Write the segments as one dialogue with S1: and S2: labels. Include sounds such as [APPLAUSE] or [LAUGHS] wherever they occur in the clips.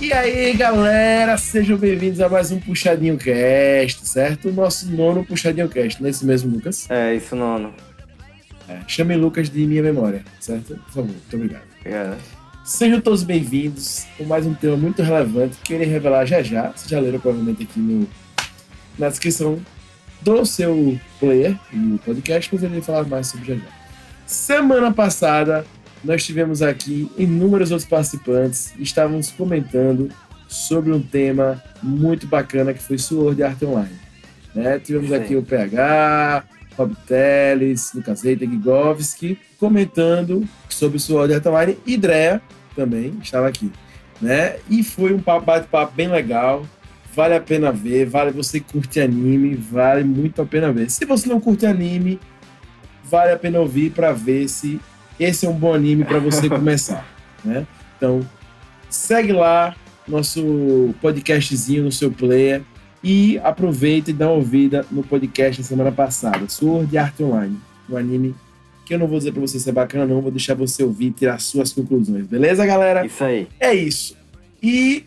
S1: E aí, galera, sejam bem-vindos a mais um Puxadinho Cast, certo? O nosso nono Puxadinho Cast, não é isso mesmo, Lucas?
S2: É, isso nono.
S1: É, chame Lucas de minha memória, certo? Por favor, muito obrigado.
S2: Obrigado.
S1: Sejam todos bem-vindos com mais um tema muito relevante que eu irei revelar já já. Vocês já leram provavelmente aqui no, na descrição do seu player, no podcast, mas eu irei falar mais sobre já já. Semana passada, nós tivemos aqui inúmeros outros participantes e estávamos comentando sobre um tema muito bacana que foi suor de arte online. né? Tivemos
S2: Sim.
S1: aqui o PH, Rob Teles, Lucas Reiter, Gigovski, comentando sobre suor de arte online e Drea, também estava aqui, né? E foi um papo- bate-papo bem legal. Vale a pena ver, vale você que curte anime, vale muito a pena ver. Se você não curte anime, vale a pena ouvir para ver se esse é um bom anime para você começar, né? Então, segue lá nosso podcastzinho no seu player e aproveita e dá uma ouvida no podcast da semana passada, Sword Art Online, um anime que eu não vou dizer para você se é bacana, não, vou deixar você ouvir e tirar suas conclusões, beleza, galera?
S2: Isso aí.
S1: É isso. E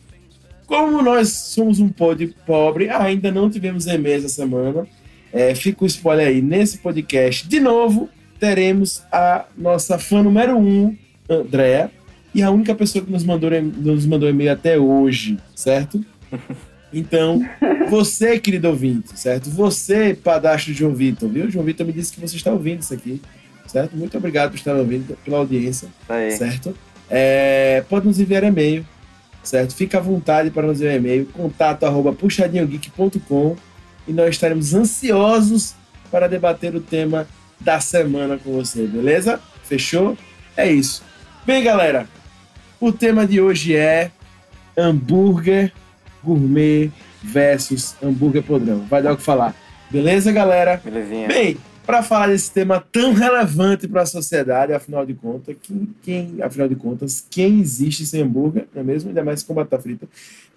S1: como nós somos um pod pobre, ainda não tivemos e-mail essa semana. É, fica o spoiler aí. Nesse podcast, de novo, teremos a nossa fã número um, Andréa, e a única pessoa que nos mandou, e- nos mandou e-mail até hoje, certo? Então, você, querido ouvinte, certo? Você, padastro de João Vitor, viu? João Vitor me disse que você está ouvindo isso aqui, certo? Muito obrigado por estar ouvindo, pela audiência
S2: Isso aí.
S1: certo? É, pode nos enviar e-mail, certo? Fica à vontade para nos enviar e-mail, contato arroba puxadinhogeek.com e nós estaremos ansiosos para debater o tema da semana com você, beleza? Fechou? É isso. Bem, galera, o tema de hoje é hambúrguer gourmet versus hambúrguer podrão. Vai dar o que falar. Beleza, galera?
S2: Belezinha.
S1: Bem, para falar desse tema tão relevante para a sociedade, afinal de contas, quem, quem- afinal de contas, quem existe sem hambúrguer, não é mesmo? Ainda mais com batata frita.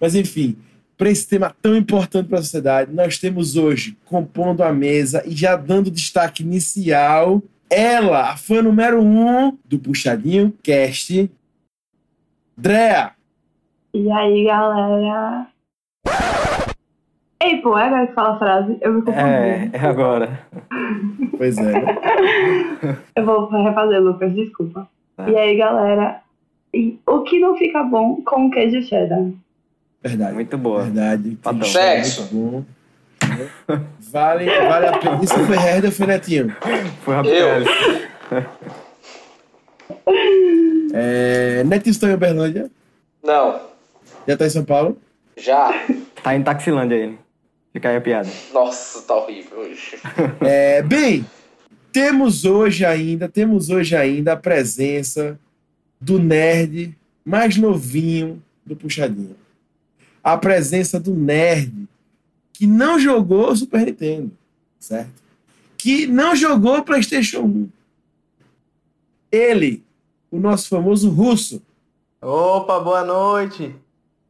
S1: Mas enfim, para esse tema tão importante para a sociedade, nós temos hoje compondo a mesa e já dando destaque inicial, ela, a fã número um do Puxadinho Cast, Drea.
S3: E aí, galera? Ei, pô, é agora que fala a frase? Eu me confundi.
S2: É, é agora.
S1: Pois é. né?
S3: Eu vou refazer, Lucas, desculpa.
S2: Tá.
S3: E aí, galera? E o que não fica bom com queijo cheddar?
S1: Verdade.
S2: Muito boa.
S1: Verdade.
S2: Padrão.
S1: Isso é muito
S4: Sexo.
S1: bom, né? Vale, vale a pena. Isso foi Herder ou foi Netinho?
S2: Foi rápido.
S4: Eu.
S1: É, Netinho está em Uberlândia,
S4: Não,
S1: já está em São Paulo.
S4: já.
S2: Tá em Taxilândia ele. Fica aí a piada.
S4: Nossa, tá horrível hoje.
S1: É, bem, temos hoje ainda, temos hoje ainda a presença do nerd mais novinho do Puxadinho. A presença do nerd que não jogou o Super Nintendo, certo? Que não jogou o PlayStation 1. Ele, o nosso famoso russo,
S5: Opa, boa noite.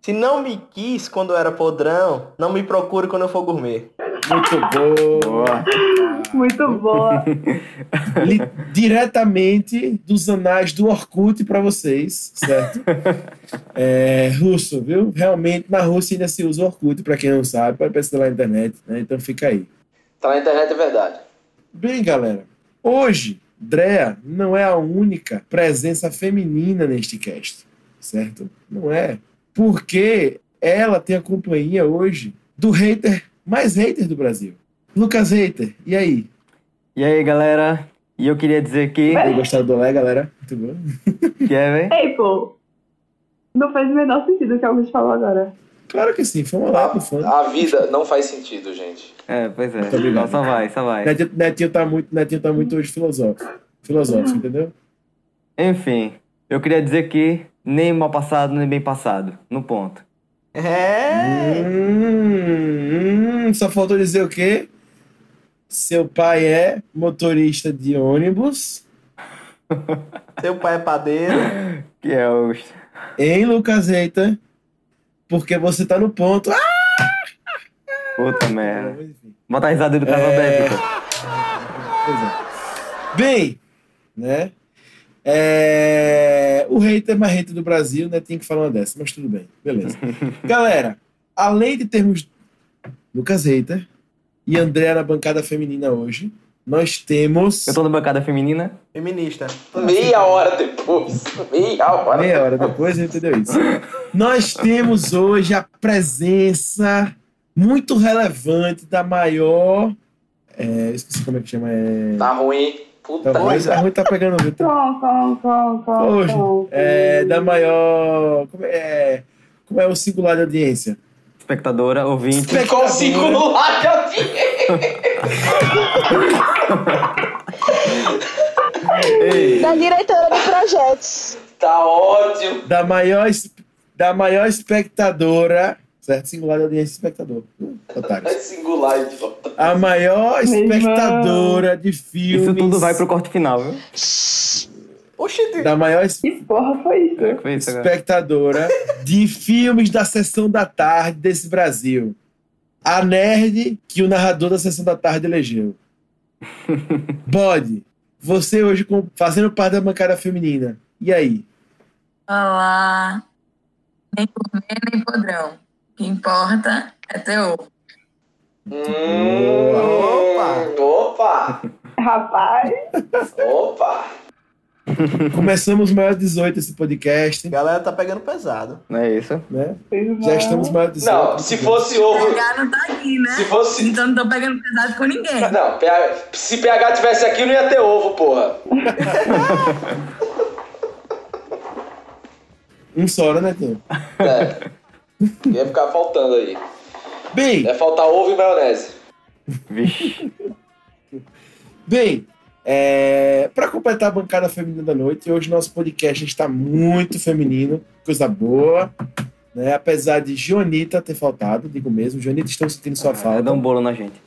S5: Se não me quis quando eu era podrão, não me procure quando eu for gourmet.
S1: muito bom.
S2: Boa.
S3: Muito
S1: [LAUGHS]
S3: boa.
S1: li- diretamente dos anais do Orkut para vocês, certo? É, russo, viu? Realmente na Rússia ainda se usa Orkut, para quem não sabe, pode pesquisar lá na internet, né? Então fica aí.
S4: Tá na internet, é verdade.
S1: Bem, galera, hoje Drea não é a única presença feminina neste cast, certo? Não é. Porque ela tem a companhia hoje do hater mais hater do Brasil. Lucas Hater, e aí?
S2: E aí, galera? E eu queria dizer que.
S1: Eu gostado do Olé, galera? Muito bom.
S2: Que é, véi?
S3: Ei, pô. Não faz o menor sentido o que Augusto falou agora.
S1: Claro que sim, foi um lá pro fã.
S4: A vida não faz sentido, gente.
S2: É, pois é.
S1: Muito obrigado.
S2: Não, só vai, só vai.
S1: Netinho, Netinho tá muito, Netinho tá muito hoje filosófico. Filosófico, entendeu?
S2: Enfim, eu queria dizer que nem mal passado, nem bem passado. No ponto.
S5: É.
S1: Hum, hum, só faltou dizer o quê? Seu pai é motorista de ônibus
S5: Seu pai é padeiro.
S2: Que é o.
S1: em Lucas Eita, porque você tá no ponto. Ah!
S2: Puta merda.
S1: Enfim,
S2: Bota a risada do casal
S1: É.
S2: da época.
S1: pois é. Bem, né? É, O hater mais hater do Brasil, né? Tem que falar uma dessa, mas tudo bem. [LAUGHS] Beleza. Galera, além de termos Lucas Hater e André na bancada feminina hoje, nós temos.
S2: Eu tô na bancada feminina.
S5: Feminista.
S4: Meia hora depois. Meia hora.
S1: Meia hora depois, entendeu isso? Nós temos hoje a presença muito relevante da maior. É, esqueci como é que chama. É,
S4: Tá ruim. Puta
S1: tá, ruim,
S5: coisa.
S1: tá ruim, tá pegando o tá,
S3: Com, com, com, com,
S1: Hoje,
S3: com.
S1: é, Da maior. Como é, como é o singular da audiência?
S2: Espectadora, ouvinte.
S1: Espe-
S4: Ficou singular de audiência.
S2: Ei,
S6: Da diretora de projetos.
S4: Tá ótimo.
S1: Da maior, es- da maior espectadora. Certo? Singular da audiência espectador. Uh,
S4: É
S1: otários.
S4: singular, idiota.
S1: A maior
S3: Meu irmão.
S1: espectadora de filmes.
S2: isso tudo vai pro corte final, viu?
S5: Oxi,
S1: Da maior es-
S3: Que porra foi isso?
S2: É, que foi isso agora.
S1: espectadora de filmes da sessão da tarde desse Brasil. A nerd que o narrador da sessão da tarde
S2: [LAUGHS]
S1: elegeu. Bode, você hoje com- fazendo parte da bancada feminina. E aí?
S7: Olá. Nem gourmet, nem podrão. O que importa é ter ovo.
S4: Hum, opa!
S3: Rapaz,
S4: Opa!
S1: Começamos maior de 18 esse podcast,
S5: a galera tá pegando pesado.
S2: Não é isso?
S1: né?
S3: fez
S1: Já estamos maior de 18.
S4: Não, se fosse ovo.
S7: Pegar não tá aqui, né?
S4: Se fosse.
S7: Então não tô pegando pesado com ninguém.
S4: Não, PH se PH tivesse aqui, não ia ter ovo, porra.
S1: Um só, né, Netinho?
S4: É. Ia ficar faltando aí.
S1: Bem,
S4: Ia faltar ovo e maionese.
S2: Vixe.
S1: Bem, é, para completar a bancada feminina da noite, hoje nosso podcast está muito feminino, coisa boa. Né? Apesar de Jonita ter faltado, digo mesmo, Jonita estão sentindo sua
S2: Ah,
S1: falta.
S2: Dá um bolo na gente.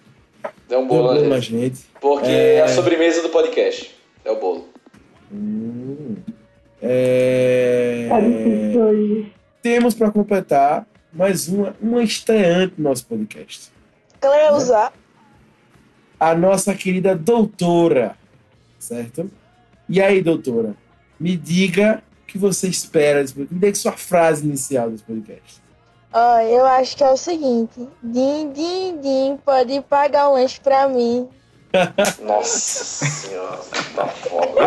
S4: É um
S1: Deu um
S4: bolo,
S1: bolo
S4: né,
S1: na
S4: gente?
S1: gente.
S4: Porque é a sobremesa do podcast. É o bolo.
S1: Hum. É,
S3: Tá difícil hoje.
S1: Temos para completar mais uma, uma estreante no nosso podcast.
S6: Cleusa.
S1: A nossa querida doutora, certo? E aí, doutora, me diga o que você espera desse podcast. Me dê sua frase inicial desse podcast.
S6: Ó, eu acho que é o seguinte. Din, din, din, pode pagar um lanche pra mim.
S4: Nossa [LAUGHS] senhora, tá foda.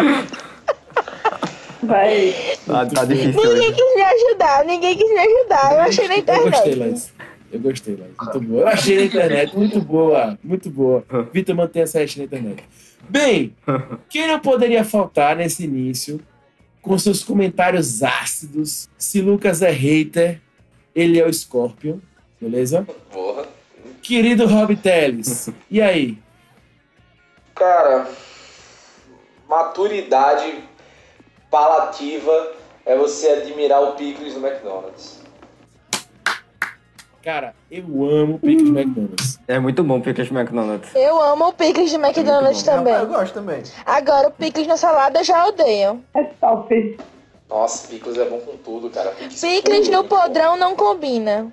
S3: Vai.
S2: Tá, tá difícil
S6: Ninguém
S2: hoje.
S6: quis me ajudar, ninguém quis me ajudar. Eu achei na
S1: Eu gostei,
S6: internet.
S1: Laís. Eu gostei, Laís. Muito boa. Eu achei na internet. Muito boa. Muito boa. Vitor, mantém essa hashtag na internet. Bem, quem não poderia faltar nesse início, com seus comentários ácidos, se Lucas é hater, ele é o Scorpion, beleza?
S4: Porra.
S1: Querido Rob Teles, e aí?
S4: Cara, maturidade palativa é você admirar o Pickles no McDonald's.
S1: Cara, eu amo Picles McDonald's.
S2: É muito bom porque o McDonald's.
S6: Eu amo o picles de McDonald's
S2: bom.
S6: também.
S5: Rapaz, eu gosto também.
S6: Agora o picles na salada eu já odeio.
S3: É top.
S4: Nossa, Pickles é bom com tudo, cara. Pickles,
S6: Picles
S4: puro,
S6: no
S4: muito bom.
S6: podrão não combina.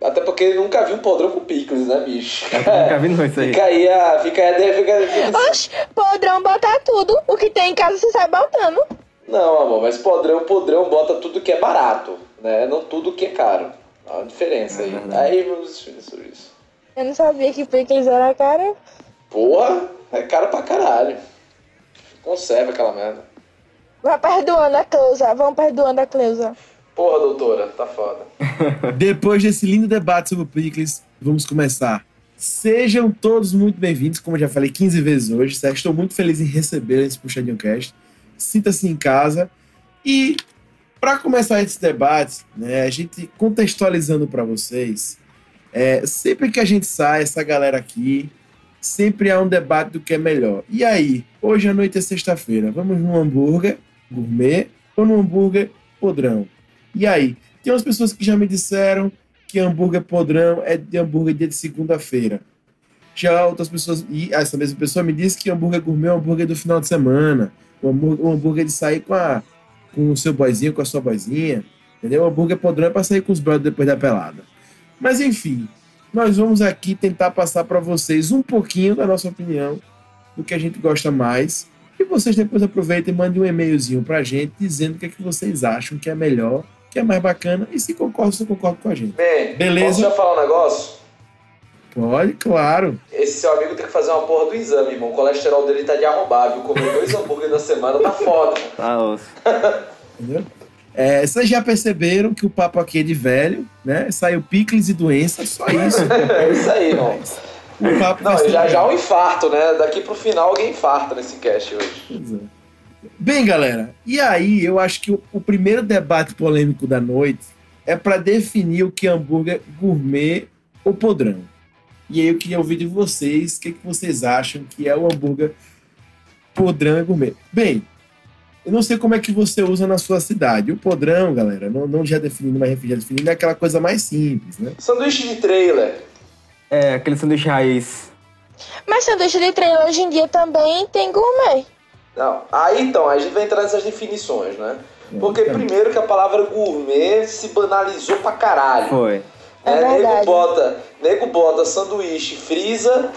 S4: Até porque ele nunca viu um podrão com Pickles, né, bicho?
S2: Nunca
S4: [LAUGHS]
S2: vi não isso aí.
S4: Fica aí a. Fica aí, a- fica fica-
S6: Oxe, podrão botar tudo. O que tem em casa você sai botando.
S4: Não, amor, mas podrão, podrão bota tudo que é barato, né? Não tudo que é caro. Há uma diferença
S2: É
S4: aí.
S2: verdade.
S4: Aí vamos discutir sobre isso.
S6: Eu não sabia que picles era cara.
S4: Porra, é caro pra caralho. Conserva aquela merda.
S6: Vai perdoando a Cleusa, vão perdoando a Cleusa.
S4: Porra, doutora, tá foda.
S1: Depois desse lindo debate sobre o Picles, vamos começar. Sejam todos muito bem-vindos, como eu já falei 15 vezes hoje, certo? Estou muito feliz em receber esse Puxadinho Cast. Sinta-se em casa. E para começar esse debate, né, a gente contextualizando para vocês, é, sempre que a gente sai, essa galera aqui, sempre há um debate do que é melhor. E aí, hoje à noite é sexta-feira, vamos num hambúrguer gourmet ou num hambúrguer podrão? E aí, tem umas pessoas que já me disseram que hambúrguer podrão é de hambúrguer dia de segunda-feira. Já outras pessoas, e essa mesma pessoa me disse que hambúrguer gourmet é o hambúrguer do final de semana, o hambúrguer, o hambúrguer de sair com, a, com o seu boizinho, com a sua boizinha, entendeu? O hambúrguer podrão é pra sair com os brothers depois da pelada. Mas enfim, nós vamos aqui tentar passar para vocês um pouquinho da nossa opinião, do que a gente gosta mais, e E vocês depois aproveitem e mandem um e-mailzinho pra gente dizendo o que é que vocês acham que é melhor, que é mais bacana e se concordam, se concordam com a gente.
S4: Bem,
S1: Beleza.
S4: posso já falar um negócio?
S1: Pode, claro.
S4: Esse seu amigo tem que fazer uma porra do exame, irmão. O colesterol dele tá de arrombar, viu? Comeu dois [LAUGHS] hambúrgueres na semana, tá foda.
S2: Tá osso.
S1: Entendeu? É, vocês já perceberam que o papo aqui é de velho, né? Saiu picles e doença, só
S4: [LAUGHS]
S1: isso.
S4: É isso aí, irmão.
S1: O papo vai
S4: Não,
S1: ser
S4: já
S1: velho.
S4: já é um infarto, né? Daqui pro final alguém infarta nesse cast hoje.
S1: Pois é. Bem, galera, e aí eu acho que o, o primeiro debate polêmico da noite é para definir o que é hambúrguer gourmet ou podrão. E aí eu queria ouvir de vocês o que, que vocês acham que é o hambúrguer podrão e gourmet. Bem, eu não sei como é que você usa na sua cidade. O podrão, galera, não, não já definindo, mas enfim, já definindo, é aquela coisa mais simples, né?
S4: Sanduíche de trailer.
S2: É, aquele sanduíche raiz.
S6: Mas sanduíche de trailer hoje em dia também tem gourmet.
S4: Não, aí então, a gente vai entrar nessas definições, né? Porque
S1: Então,
S4: primeiro que a palavra gourmet se banalizou pra caralho.
S2: Foi.
S6: É
S4: É, nego
S6: verdade.
S4: bota, nego bota sanduíche frisa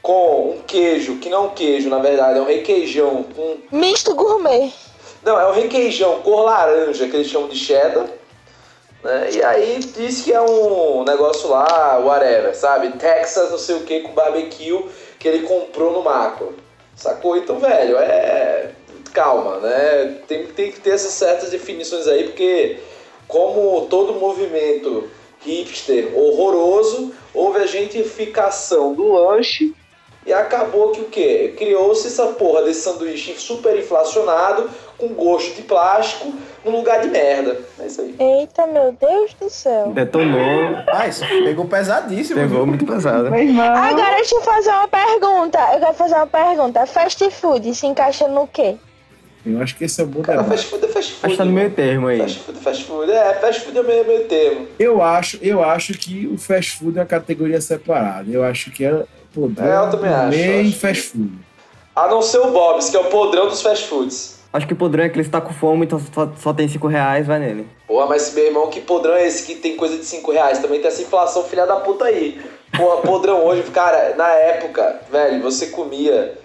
S4: com um queijo, que não é um queijo, na verdade, é um requeijão com.
S6: Misto gourmet.
S4: Não, é um requeijão cor laranja, que eles chamam de cheddar. né? E aí diz que é um negócio lá, whatever, sabe? Texas, não sei o que, com barbecue que ele comprou no macro. Sacou? Então, velho, é. Calma, né? Tem, tem que ter essas certas definições aí, porque como todo movimento hipster horroroso, houve a gentificação do lanche e acabou que o quê? Criou-se essa porra desse sanduíche super inflacionado, com gosto de plástico, num lugar de merda. É isso aí.
S6: Eita, meu Deus do céu.
S2: Detonou.
S5: Ah, isso pegou pesadíssimo.
S2: Pegou muito pesado.
S3: Meu irmão.
S6: Agora deixa eu fazer uma pergunta. Eu quero fazer uma pergunta. Fast food se encaixa no quê?
S1: Eu acho que esse é um bom
S4: Cara,
S1: debate.
S4: fast food é fast food.
S2: Acho que tá no meio termo aí.
S4: Fast food é fast food. É, fast food é meio, meio termo.
S1: Eu acho, eu acho que o fast food é uma categoria separada. Eu acho que é podrão,
S4: É, eu também acho,
S1: gourmet
S4: eu
S1: e
S4: acho.
S1: fast food.
S4: A não ser o Bob's, que é o podrão dos fast foods.
S2: Acho que podrão é que ele está com fome, então só, só tem 5 reais, vai nele.
S4: Porra, mas meu irmão, que podrão é esse que tem coisa de 5 reais? Também tem essa inflação filha da puta aí. Porra, podrão hoje, cara, na época, velho, você comia.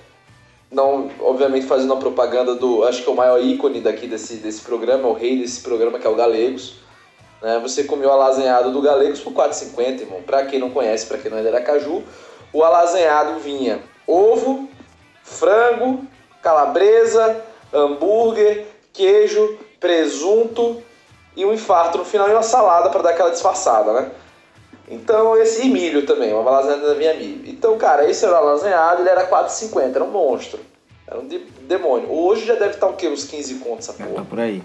S4: Não, obviamente fazendo a propaganda do. Acho que é o maior ícone daqui desse, desse programa, o rei desse programa, que é o Galegos. né? Você comeu a lasanhado do Galegos por 4,50, irmão. Pra quem não conhece, pra quem não é de Aracaju, o alasanhado vinha ovo, frango, calabresa, hambúrguer, queijo, presunto e um infarto no final e uma salada pra dar aquela disfarçada, né? Então, esse e milho também, uma lasanha da minha milho. Então, cara, esse era lasanhado, ele era 4,50, era um monstro. Era um de- demônio. Hoje já deve estar o quê? Uns 15 contos essa
S2: Tá
S4: porra.
S2: por aí.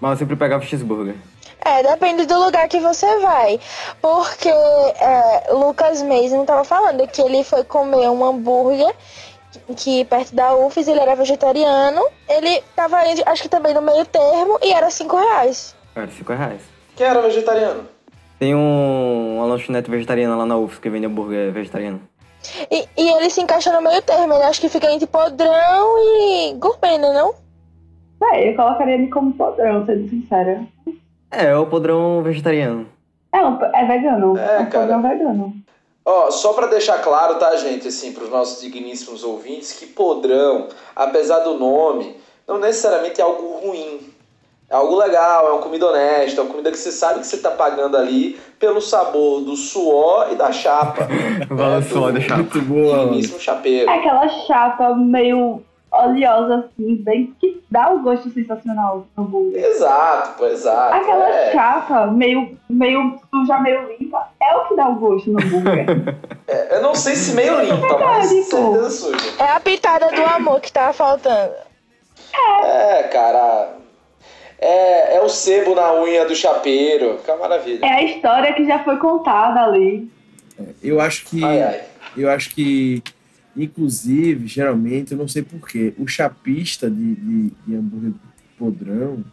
S2: Mas eu sempre pegava cheeseburger.
S6: É, depende do lugar que você vai. Porque é, Lucas mesmo tava falando que ele foi comer um hambúrguer que- que perto da UFES, ele era vegetariano, ele tava aí, acho que também no meio termo, e era 5 reais.
S2: Era 5 reais.
S4: Quem era vegetariano?
S2: Tem um, uma lanchonete vegetariana lá na UFS que vende hambúrguer vegetariano.
S6: E, e ele se encaixa no meio termo, ele acho que fica entre podrão e gourmet, né não?
S3: Véi, É, eu colocaria ele como podrão, sendo sincera.
S2: É, é o podrão vegetariano.
S3: É, um, é vegano.
S4: É,
S3: É, um
S4: cara.
S3: podrão vegano.
S4: Ó, só pra deixar claro, tá, gente, assim, pros nossos digníssimos ouvintes, que podrão, apesar do nome, não necessariamente é algo ruim. É algo legal, é uma comida honesta, é uma comida que você sabe que você tá pagando ali pelo sabor do suor e da chapa.
S2: Valeu só, deixar.
S1: Muito boa. mano.
S4: Digníssimo chapeiro.
S3: É aquela chapa meio oleosa, assim, bem que dá o gosto sensacional no hambúrguer.
S4: Exato, pô, exato.
S3: Aquela
S4: é.
S3: chapa meio, meio suja, meio limpa, é o que dá o gosto no
S4: [LAUGHS]
S3: hambúrguer.
S4: É, Eu não sei se meio limpa, mas
S3: verdade, pô.
S4: certeza suja.
S6: É a pitada do amor que tava faltando.
S4: É, cara. É, é o sebo na unha do chapeiro. Que é uma maravilha.
S3: é a história que já foi contada ali.
S1: Eu acho que,
S4: Ai, ai.
S1: eu acho que, inclusive, geralmente, eu não sei porquê, o chapista de, de, de hambúrguer podrão,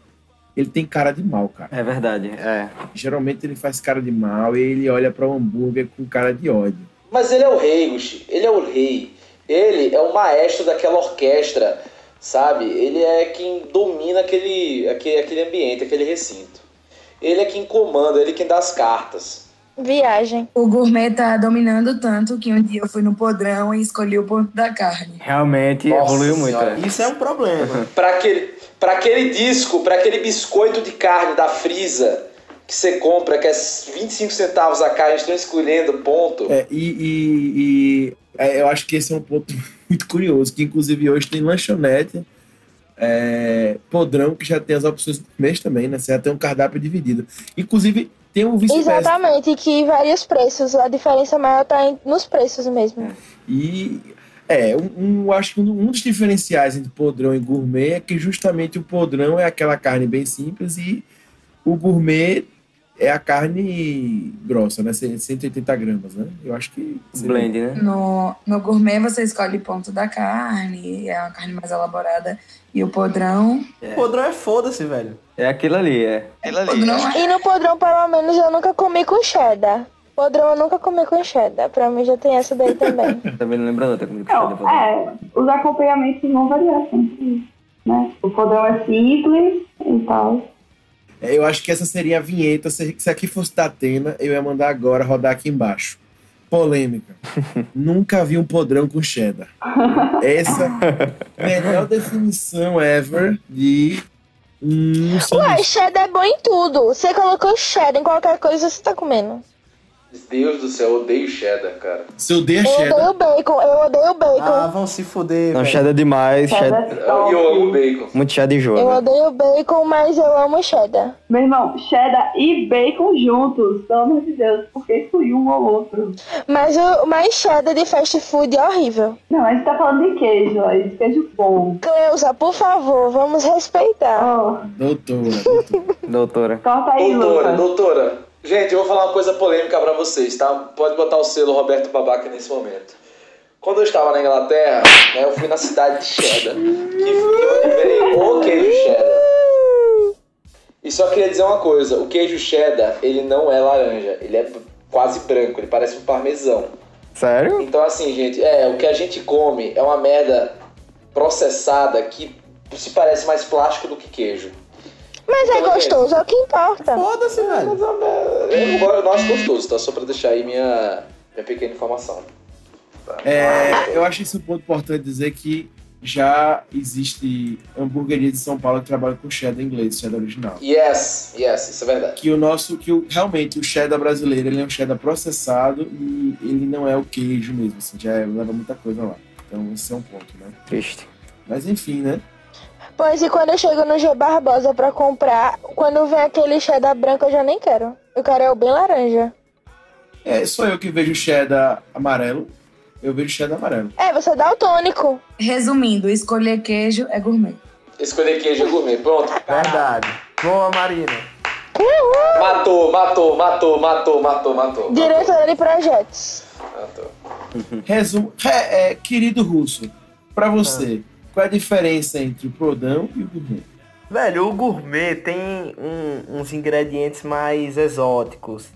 S1: ele tem cara de mal, cara.
S2: É verdade, é.
S1: Geralmente ele faz cara de mal e ele olha para o hambúrguer com cara de ódio.
S4: Mas ele é o rei, Guxi. Ele é o rei. Ele é o maestro daquela orquestra, sabe? Ele é quem domina aquele, aquele, aquele ambiente, aquele recinto. Ele é quem comanda, ele é quem dá as cartas.
S6: Viagem.
S7: O gourmet tá dominando tanto que um dia eu fui no podrão e escolhi o ponto da carne.
S2: Realmente
S4: Nossa
S2: evoluiu muito.
S4: senhora.
S2: né?
S5: Isso é um problema.
S4: Pra aquele, pra aquele disco, pra aquele biscoito de carne da Frisa que você compra, que é 25 centavos a carne, estão escolhendo, ponto.
S1: É, e e- e, é, eu acho que esse é um ponto [LAUGHS] muito curioso, que inclusive hoje tem lanchonete, é, podrão, que já tem as opções do mês também, né? Você já tem um cardápio dividido. Inclusive, tem um vice-versa.
S6: Exatamente, que vários preços. A diferença maior tá em- nos preços mesmo.
S1: E é, um, um- acho que um, um dos diferenciais entre podrão e gourmet é que justamente o podrão é aquela carne bem simples e o gourmet é a carne grossa, né? 180 gramas, né? Eu acho que.
S2: Blend, né?
S7: No, no gourmet você escolhe ponto da carne, é uma carne mais elaborada. E o podrão.
S5: O podrão é foda-se, velho.
S2: É aquilo ali, é.
S8: Ela ali.
S7: podrão é
S6: E no podrão, pelo menos, eu nunca comi com cheddar. Podrão eu nunca comi com cheddar. Pra mim já tem essa daí também.
S2: Também não lembro outra comida que
S3: Não,
S2: você deu pra mim.
S3: é, os acompanhamentos vão variar sempre, né? O podrão é simples e tal.
S1: É, Eu acho que essa seria a vinheta. Se, se aqui fosse da Atena, eu ia mandar agora rodar aqui embaixo. Polêmica. Nunca vi um podrão com cheddar. Essa melhor definição ever de um
S6: Ué,
S1: sanduíche.
S6: cheddar é bom em tudo. Você colocou cheddar em qualquer coisa, você tá comendo.
S4: Meu Deus do céu, eu odeio cheddar, cara.
S1: Se eu dei a
S6: Eu
S1: cheddar,
S6: odeio bacon, eu odeio
S5: Ah,
S6: bacon.
S5: vão se
S4: é.
S5: fuder,
S2: Não,
S5: velho.
S2: cheddar demais, cheddar,
S3: Cheddar é
S4: Eu, eu amo
S3: top.
S4: bacon.
S2: muito cheddar enjoa.
S6: Eu
S2: né?
S6: odeio bacon, mas eu amo cheddar.
S3: Meu irmão, cheddar e bacon juntos, pelo amor de Deus, porque exclui um ou outro.
S6: Mas, o, mas cheddar de fast food é horrível.
S3: Não, a gente tá falando de queijo, ó, de queijo bom.
S6: Cleusa, por favor, vamos respeitar.
S3: Ó,
S1: doutora, doutora.
S2: Doutora.
S3: corta aí,
S4: Doutora,
S3: Lucas.
S4: doutora. Gente, eu vou falar uma coisa polêmica pra vocês, tá? Pode botar o selo Roberto Babaca nesse momento. Quando eu estava na Inglaterra, né, eu fui na cidade de Cheddar, que, que eu liberei o queijo cheddar. E só queria dizer uma coisa, o queijo cheddar, ele não é laranja, ele é quase branco, ele parece um parmesão.
S2: Sério?
S4: Então assim, gente, é, o que a gente come é uma merda processada que se parece mais plástico do que queijo.
S6: Mas é gostoso, é o que importa.
S5: Foda-se, velho.
S4: Eu não, go- É, eu não acho gostoso, tá? Só pra deixar aí minha, minha pequena informação.
S1: É, eu acho isso um ponto importante dizer que já existe hamburgueria de São Paulo que trabalha com cheddar inglês, cheddar original.
S4: Yes, yes, isso é verdade.
S1: que o nosso, que o, realmente o cheddar brasileiro ele é um cheddar processado e ele não é o queijo mesmo, assim, já leva muita coisa lá. Então esse é um ponto, né?
S2: Triste.
S1: Mas enfim, né?
S6: Pois e quando eu chego no G Barbosa pra comprar, quando vem aquele cheddar branco eu já nem quero. Eu quero é o bem laranja.
S1: É só eu que vejo cheddar amarelo, eu vejo cheddar amarelo.
S6: É, você dá o tônico.
S7: Resumindo, escolher queijo é gourmet.
S4: Escolher queijo gourmet, pronto.
S5: Verdade. Boa, Marina.
S4: Matou, matou, matou, matou, matou, matou.
S6: Diretora de projetos.
S4: Matou.
S1: Resumo, é, é, querido russo, pra você, qual é a diferença entre o podrão e o gourmet?
S5: Velho, o gourmet tem um- uns ingredientes mais exóticos.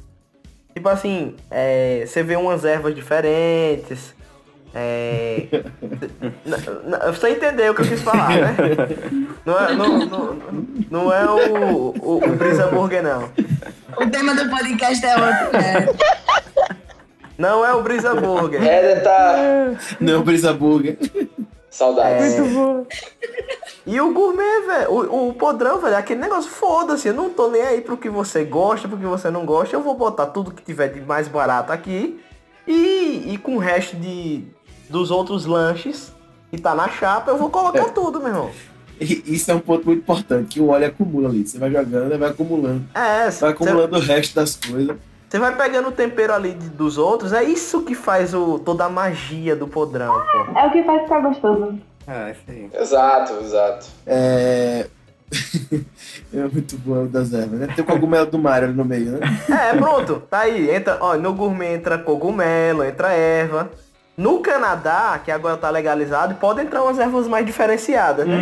S5: Tipo assim, é, você vê umas ervas diferentes. É, na- na- você entendeu o que eu quis falar, né? Não é, não, não, não é o, o, o Brisa Burger, não.
S7: O tema do podcast é
S4: [LAUGHS]
S7: outro, né?
S5: Não é o Brisa Burger.
S4: Éder tá.
S1: Não, brisa burger.
S4: Saudades.
S5: É. E o gourmet, velho, o, o podrão, velho, é aquele negócio, foda-se, eu não tô nem aí pro que você gosta, pro que você não gosta, eu vou botar tudo que tiver de mais barato aqui e, e com o resto de, dos outros lanches que tá na chapa, eu vou colocar tudo, meu irmão.
S1: E Isso é um ponto muito importante, que o óleo acumula ali. Você vai jogando, né, vai acumulando,
S5: É,
S1: vai
S5: você
S1: acumulando o resto das coisas.
S5: vai pegando o tempero ali de- dos outros, é isso que faz o, toda a magia do podrão, pô.
S3: É o que faz ficar gostoso.
S2: Ah, isso aí.
S4: Exato, exato.
S1: É. é muito boa o das ervas, né? Tem o cogumelo do mar ali no meio, né?
S5: É, pronto, tá aí. Entra, ó, no gourmet entra cogumelo, entra erva. No Canadá, que agora tá legalizado, pode entrar umas ervas mais diferenciadas, né?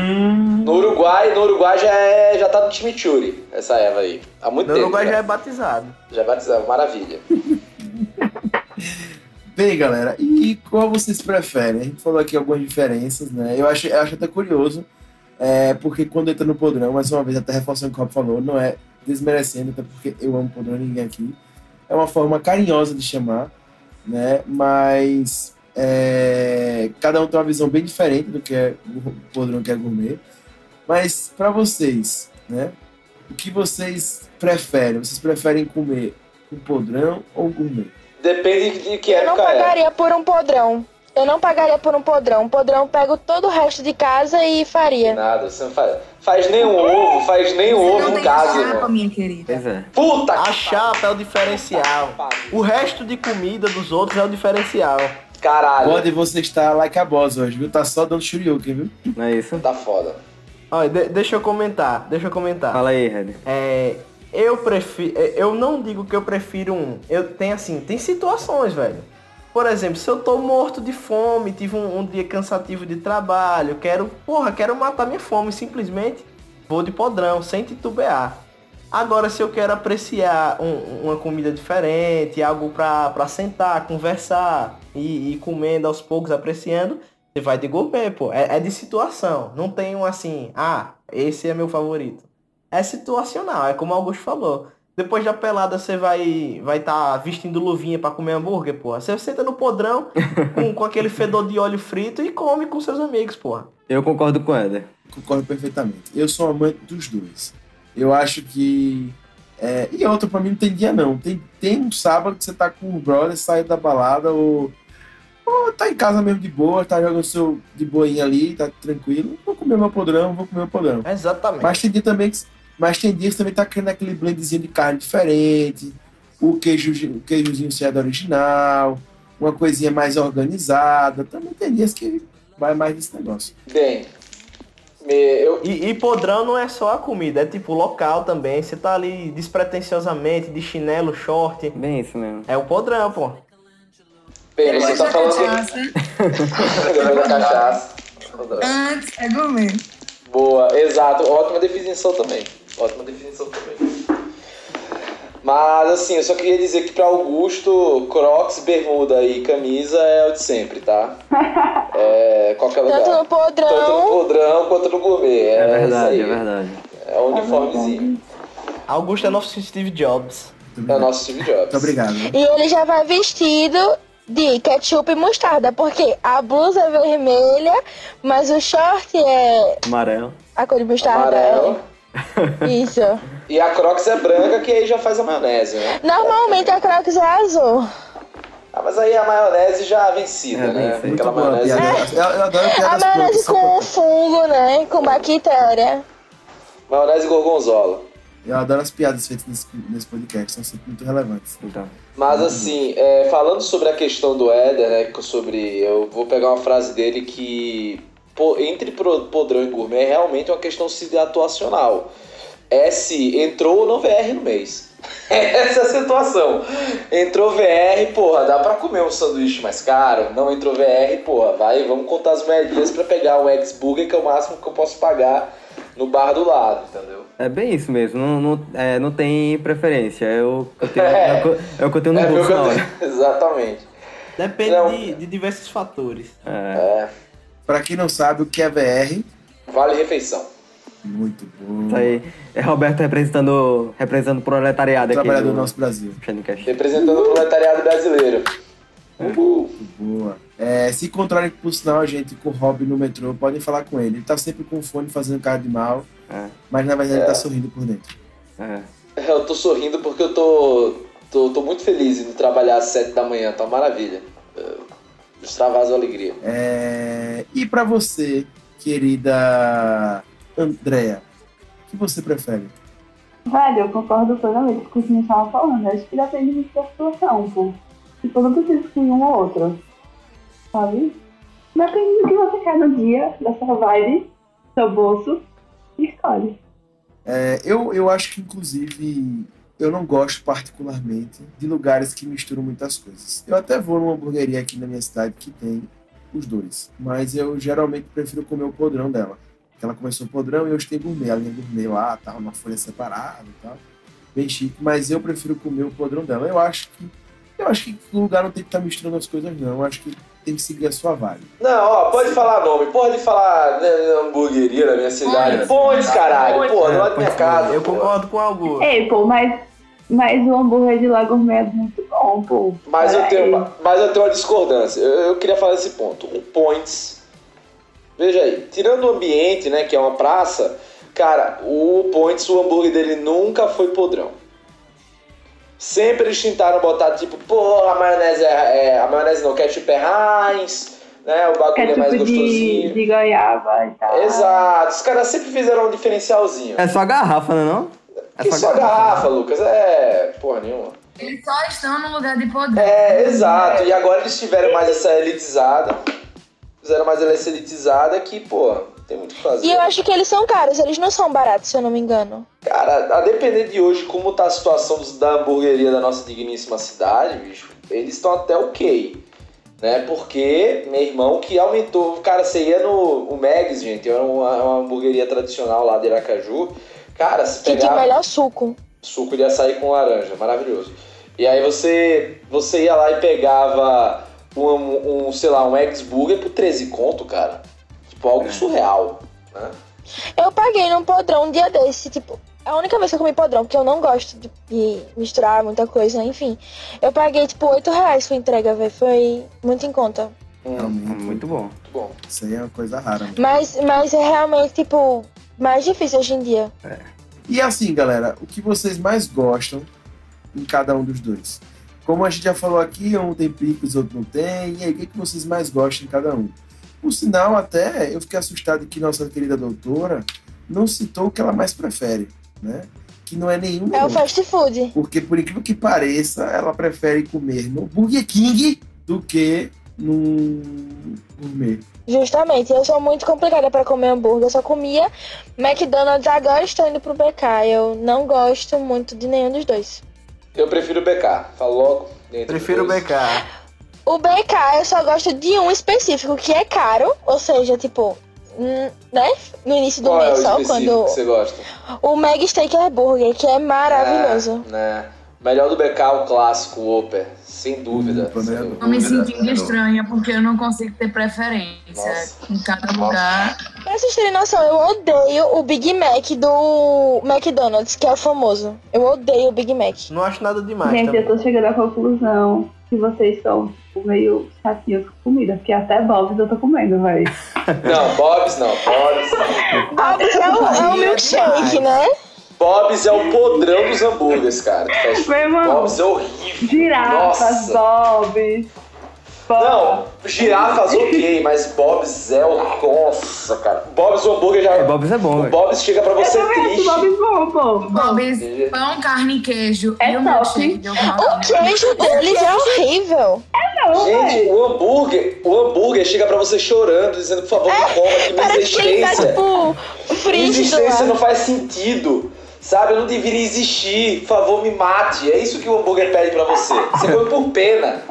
S4: No Uruguai, no Uruguai já, é, já tá no chimichurri, essa erva aí. Há muito
S5: No
S4: tempo.
S5: Uruguai já
S4: já,
S5: é batizado.
S4: já batizava, maravilha.
S1: Bem, galera, e qual vocês preferem? A gente falou aqui algumas diferenças, né? Eu acho, eu acho até curioso, é, porque quando entra no podrão, mais uma vez, até reforçando o que o Rob falou, não é desmerecendo, até porque eu amo podrão, ninguém aqui. é uma forma carinhosa de chamar, né? Mas é, cada um tem uma visão bem diferente do que é o podrão que é gourmet. Mas para vocês, né? O que vocês preferem? Vocês preferem comer o podrão ou o gourmet?
S4: Depende de que
S6: Eu não
S4: época é.
S6: pagaria por um podrão. Eu não pagaria por um podrão. Um podrão eu pego todo o resto de casa e faria.
S4: Nada, você não faz, faz nem um ovo, faz nem um
S7: Você não
S4: ovo em
S7: tem
S4: casa,
S7: chapa,
S4: irmão.
S7: minha querida.
S2: Pois é.
S4: Puta
S5: A
S4: que
S5: chapa é o diferencial.
S4: pariu.
S5: O resto de comida dos outros é o diferencial.
S4: Caralho,
S1: Pode você estar like a boss hoje, viu? Tá só dando shuriken, viu?
S2: Não é isso?
S4: tá foda.
S5: Olha, de- deixa eu comentar, deixa eu comentar.
S2: Fala aí, Red.
S5: É, eu prefiro. Eu não digo que eu prefiro um. Eu tenho assim, tem situações, velho. Por exemplo, se eu tô morto de fome, tive um, um dia cansativo de trabalho, quero, porra, quero matar minha fome, simplesmente vou de podrão, sem titubear. Agora, se eu quero apreciar um- uma comida diferente, algo pra, pra sentar, conversar e, e comendo aos poucos, apreciando, você vai de gourmet, pô. É, é de situação. Não tem um assim, ah, esse é meu favorito é situacional, é como o Augusto falou. Depois da pelada você vai vai tá vestindo luvinha pra comer hambúrguer, porra. Você senta no podrão com, com aquele fedor de óleo frito e come com seus amigos, porra.
S2: Eu concordo com o Eder.
S1: Concordo perfeitamente. Eu sou um amante dos dois. Eu acho que. é, e outro, pra mim, não tem dia não. Tem, tem um sábado que você tá com o brother, saiu da balada ou. Ou tá em casa mesmo de boa, tá jogando seu de boinha ali, tá tranquilo. Vou comer meu podrão, vou comer meu podrão.
S5: Exatamente.
S1: Mas tem dia também que. Mas tem dia que você também tá querendo aquele blendzinho de carne diferente, o, queijo, o queijozinho cheddar original, uma coisinha mais organizada. Também tem dias que vai mais nesse negócio.
S4: Bem, me, eu,
S5: E, e podrão não é só a comida, é tipo local também. Você tá ali despretensiosamente, de chinelo, short.
S2: Bem isso mesmo.
S5: É o podrão, pô.
S4: bem você
S7: Depois
S4: tá
S7: da
S4: falando que.
S7: cachaça,
S4: [LAUGHS] Depois da cachaça.
S7: antes é gourmet.
S4: Boa, exato. Ótima definição também. Ótima definição também. Mas assim, eu só queria dizer que pra Augusto, Crocs, bermuda e camisa é o de sempre,
S6: [LAUGHS]
S4: tá? É, qualquer lugar.
S6: Tanto no
S4: Tanto no
S6: podrão.
S4: podrão quanto no gourmet. É,
S2: É verdade,
S4: isso
S2: é
S4: aí.
S2: verdade.
S4: É um uniformezinho.
S5: Augusto é nosso Steve Jobs.
S4: É o nosso Steve Jobs.
S1: Muito obrigado.
S6: E ele já vai vestido de ketchup e mostarda. Porque a blusa é vermelha, mas o short é
S2: Amarelo.
S6: a cor de mostarda.
S4: Amarelo.
S6: é. Isso.
S4: E a Crocs é branca, que aí já faz a maionese, né?
S6: Normalmente a Crocs é azul.
S4: Ah, mas aí a maionese já vencida,
S2: É,
S4: né?
S2: vencida.
S1: Muito
S4: Aquela
S1: boa a
S4: maionese.
S1: piada. Eu, eu adoro
S6: A
S1: piadas prontas,
S6: maionese
S1: só pra-
S6: com fungo, né? Com bactéria.
S4: é. Maionese gorgonzola.
S1: Eu adoro as piadas feitas nesse, nesse podcast, são sempre muito relevantes.
S2: Então.
S4: Mas assim, é, falando sobre a questão do Éder, né? co- Sobre. Eu vou pegar uma frase dele que. pô, entre pro- podrão e gourmet é realmente uma questão se- atuacional. É se entrou ou não VR no mês. [LAUGHS] Essa é a situação. Entrou VR, porra, dá pra comer um sanduíche mais caro. Não entrou VR, porra, vai, vamos contar as moedinhas pra pegar um ex-burger, que é o máximo que eu posso pagar no bar do lado, entendeu?
S2: É bem isso mesmo, não, não, é, não tem preferência. É o que eu tenho,
S4: É.
S2: é. o que- é o que eu tenho no
S4: é, [LAUGHS]
S2: bolso
S4: meu
S2: na hora.
S4: Deus. Exatamente. Não.
S5: Depende de, de diversos fatores.
S2: É,
S1: Pra quem não sabe o que é VR,
S4: Vale refeição.
S1: muito bom.
S2: isso aí. É Roberto representando, representando o
S4: é
S2: proletariado aqui.
S1: Trabalhador
S2: do
S1: do nosso Brasil.
S2: Xenicast.
S4: Representando o proletariado brasileiro. Uhul.
S1: Muito boa. É, se encontrarem, por sinal, gente, com o Rob no metrô, podem falar com ele. Ele tá sempre com o fone fazendo cara de mal,
S2: É,
S1: mas na verdade ele tá sorrindo por dentro.
S2: é.
S4: Eu tô sorrindo porque eu tô, tô, tô muito feliz indo trabalhar às 7 da manhã, tá uma maravilha. Eu extravaso a alegria.
S1: É, e pra você, querida Andrea, o que você prefere?
S3: Velho, eu concordo plenamente com o que o estava falando. Acho que depende muito da situação, pô. Tipo, eu não preciso escolher um ou outro. Sabe? Depende do que você quer no dia, da sua vibe, do seu bolso. E escolhe.
S1: É, eu, eu acho que, inclusive, eu não gosto particularmente de lugares que misturam muitas coisas. Eu até vou numa hamburgueria aqui na minha cidade que tem os dois, mas eu geralmente prefiro comer o podrão dela. Porque Ela começou podrão e hoje tem gourmet, a linha gourmet lá, tal, uma folha separada e tal. Bem chique, mas eu prefiro comer o podrão dela. Eu acho que eu acho que o lugar não tem que estar misturando as coisas, não. Eu acho que tem que seguir a sua vibe.
S4: Não, ó, pode falar nome, pode falar né, hamburgueria na minha cidade.
S7: Pões.
S4: Pões, caralho,
S7: Pões.
S4: porra, é do lado da minha
S2: Pões.
S4: casa.
S5: É, Eu
S4: porra.
S5: concordo com o Augusto.
S3: Ei, pô, mas Mas o hambúrguer de lá gourmet é muito bom, pô.
S4: Mas eu,
S3: Cara,
S4: tenho,
S3: é-
S4: uma- mas eu tenho uma discordância. Eu, eu queria falar esse ponto. O Points. Veja aí, tirando o ambiente, né, que é uma praça, cara, o Points, o hambúrguer dele nunca foi podrão. Sempre eles tentaram botar tipo, pô, a maionese é, é- a maionese não, ketchup é Heinz, né, o bagulho é mais
S3: Ketchup
S4: gostosinho.
S3: tipo de, de goiaba e tal.
S4: Exato, os caras sempre fizeram um diferencialzinho.
S2: É só garrafa, não é não? É
S4: que só garrafa, Lucas, é porra nenhuma.
S7: Eles só estão no lugar de podrão.
S4: É, exato. E agora eles tiveram mais essa elitizada. Fizeram mais essa elitizada que, pô, tem muito o que fazer.
S6: E eu acho que eles são caros, eles não são baratos, se eu não me engano.
S4: Cara, a depender de hoje como tá a situação dos- da hamburgueria da nossa digníssima cidade, bicho, eles estão até ok. Né? Porque, meu irmão, que aumentou. Cara, você ia no o Mags, gente, era uma, é uma hamburgueria tradicional lá de Aracaju. Cara, se
S6: Que tem
S4: pegava.
S6: melhor suco.
S4: suco de açaí com laranja, maravilhoso. E aí você, você ia lá e pegava um, um, sei lá, um ex-burger por 13 conto, cara. Tipo,
S5: É.
S4: algo surreal. Né?
S6: Eu paguei num podrão um dia desse, tipo. A única vez que eu comi podrão, porque eu não gosto de, de misturar muita coisa, enfim. Eu paguei, tipo, 8 reais com entrega, velho. Foi muito em conta.
S4: Hum,
S2: É muito bom.
S4: muito bom.
S1: Isso aí é uma coisa rara. mano.
S6: Mas, mas é realmente, tipo, mais difícil hoje em dia.
S1: E assim, galera, o que vocês mais gostam em cada um dos dois? Como a gente já falou aqui, um tem picos, outro não tem. E aí, o que, que vocês mais gostam em cada um? Por sinal, até eu fiquei assustado que nossa querida doutora não citou o que ela mais prefere, né? Que não é nenhum.
S6: É o fast food.
S1: Porque, por incrível que pareça, ela prefere comer no Burger King do que num gourmet.
S6: Justamente, eu sou muito complicada pra comer hambúrguer. Eu só comia McDonald's agora estou indo pro BK. Eu não gosto muito de nenhum dos dois.
S4: Eu prefiro o BK, falo logo. dentro
S5: Prefiro o
S4: dos dois.
S5: BK.
S6: O BK eu só gosto de um específico, que é caro, ou seja, tipo, hum, né? No início do
S4: Qual é o
S6: mês só,
S4: específico
S6: quando.
S4: que você gosta?
S6: O Meg Steak Burger, que é maravilhoso.
S4: É, né? Melhor do BK, o clássico, o Oper. Sem
S5: Hum,
S4: dúvida.
S1: Opa, né?
S4: sem
S7: Tô me
S4: dúvida.
S7: sentindo estranha porque eu não consigo ter preferência.
S4: Nossa.
S7: Em cada
S4: Nossa.
S7: lugar.
S4: É.
S6: Pra vocês terem noção, eu odeio o Big Mac do McDonald's, que é o famoso. Eu odeio o Big Mac.
S5: Não acho nada demais. tá
S3: Gente,
S5: também.
S3: eu tô chegando à conclusão que vocês são tipo, meio chatinhos com comida, porque até Bob's eu tô comendo, vai.
S4: Não, Bob's não. Bob's,
S6: Bob's é o, é o milkshake, né?
S4: Bob's é o podrão dos hambúrgueres, cara. de fast food.
S3: Meu irmão,
S4: Bob's é horrível.
S3: girafas,
S4: Nossa.
S3: Bob's. Bob.
S4: Não, girafas ok, mas Bob's é o. Nossa, cara. Bob's o hambúrguer já.
S2: É, Bob's é bom,
S4: O
S2: velho.
S4: Bob's chega pra
S3: eu
S4: você
S3: também acho
S4: triste.
S3: Bob's bom, pô.
S7: Bob's, pão, carne e queijo.
S3: É
S7: e o
S3: top.
S7: milkshake de
S6: O
S7: alface.
S6: queijo deles é horrível.
S3: Não,
S4: Gente,
S3: velho.
S4: o hambúrguer, o hambúrguer chega pra você chorando, dizendo, por favor, não coma, que minha
S6: É, Parece que ele tá,
S4: existência.
S6: tipo,
S4: Minha
S6: frígido
S4: existência não
S6: lá.
S4: faz sentido. Sabe, eu não deveria existir. Por favor, me mate. É isso que o hambúrguer pede pra você. Você come por pena.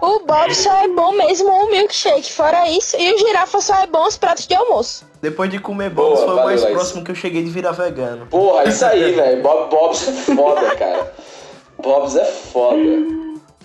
S6: O Bob só é bom mesmo o milkshake, fora isso. E o girafa só é bom os pratos de almoço.
S5: Depois de comer bons,
S4: Boa,
S5: foi o
S4: valeu,
S5: mais
S4: Laís.
S5: próximo que eu cheguei de virar vegano.
S4: Porra, isso
S2: [LAUGHS]
S4: aí, velho. Bob, Bob's é foda, cara. Bob's é foda.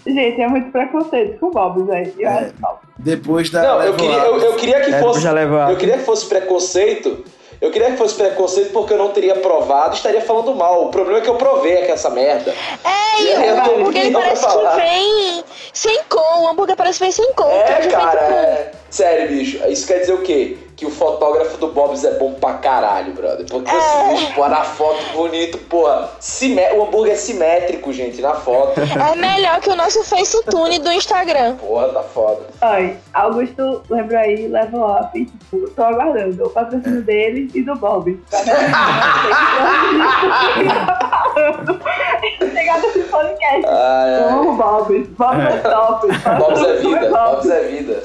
S3: Gente, é muito preconceito com Bob's, velho. Eu
S1: É.
S3: acho top.
S1: Depois da.
S4: Não, eu
S1: Level
S4: queria,
S1: Up.
S4: eu, eu queria que
S2: Tá, É,
S4: fosse.
S2: já leva.
S4: Eu queria que fosse preconceito. Eu queria que fosse preconceito porque eu não teria provado, estaria falando mal. O problema é que eu provei aqui essa merda.
S6: É,
S4: E aí,
S6: e o
S4: eu tô
S6: hambúrguer ele
S4: ouvindo
S6: parece
S4: falar.
S6: que vem sem cor. O hambúrguer parece que vem sem cor. o
S4: É,
S6: queijo vem,
S4: cara,
S6: tipo,
S4: é. Sério, bicho. Isso quer dizer o quê? Que o fotógrafo do Bob's é bom pra caralho, brother. Porque
S6: É.
S4: esse bicho, porra, na foto bonito, porra. Simé... O hambúrguer é simétrico, gente, na foto.
S6: É melhor que o nosso FaceTune do Instagram.
S4: Porra, tá foda.
S3: Olha, Augusto lembrou aí, level up, tipo, tô aguardando o patrocínio dele e do Tá
S6: [LAUGHS]
S3: Bob's. Pra ver se eu Chegar nesse podcast.
S4: Ai,
S3: Eu
S4: ai.
S3: amo Bob's. Bob's é top.
S6: Então,
S4: Bob's
S6: [LAUGHS]
S4: é vida,
S3: Bob's.
S4: Bob's é vida.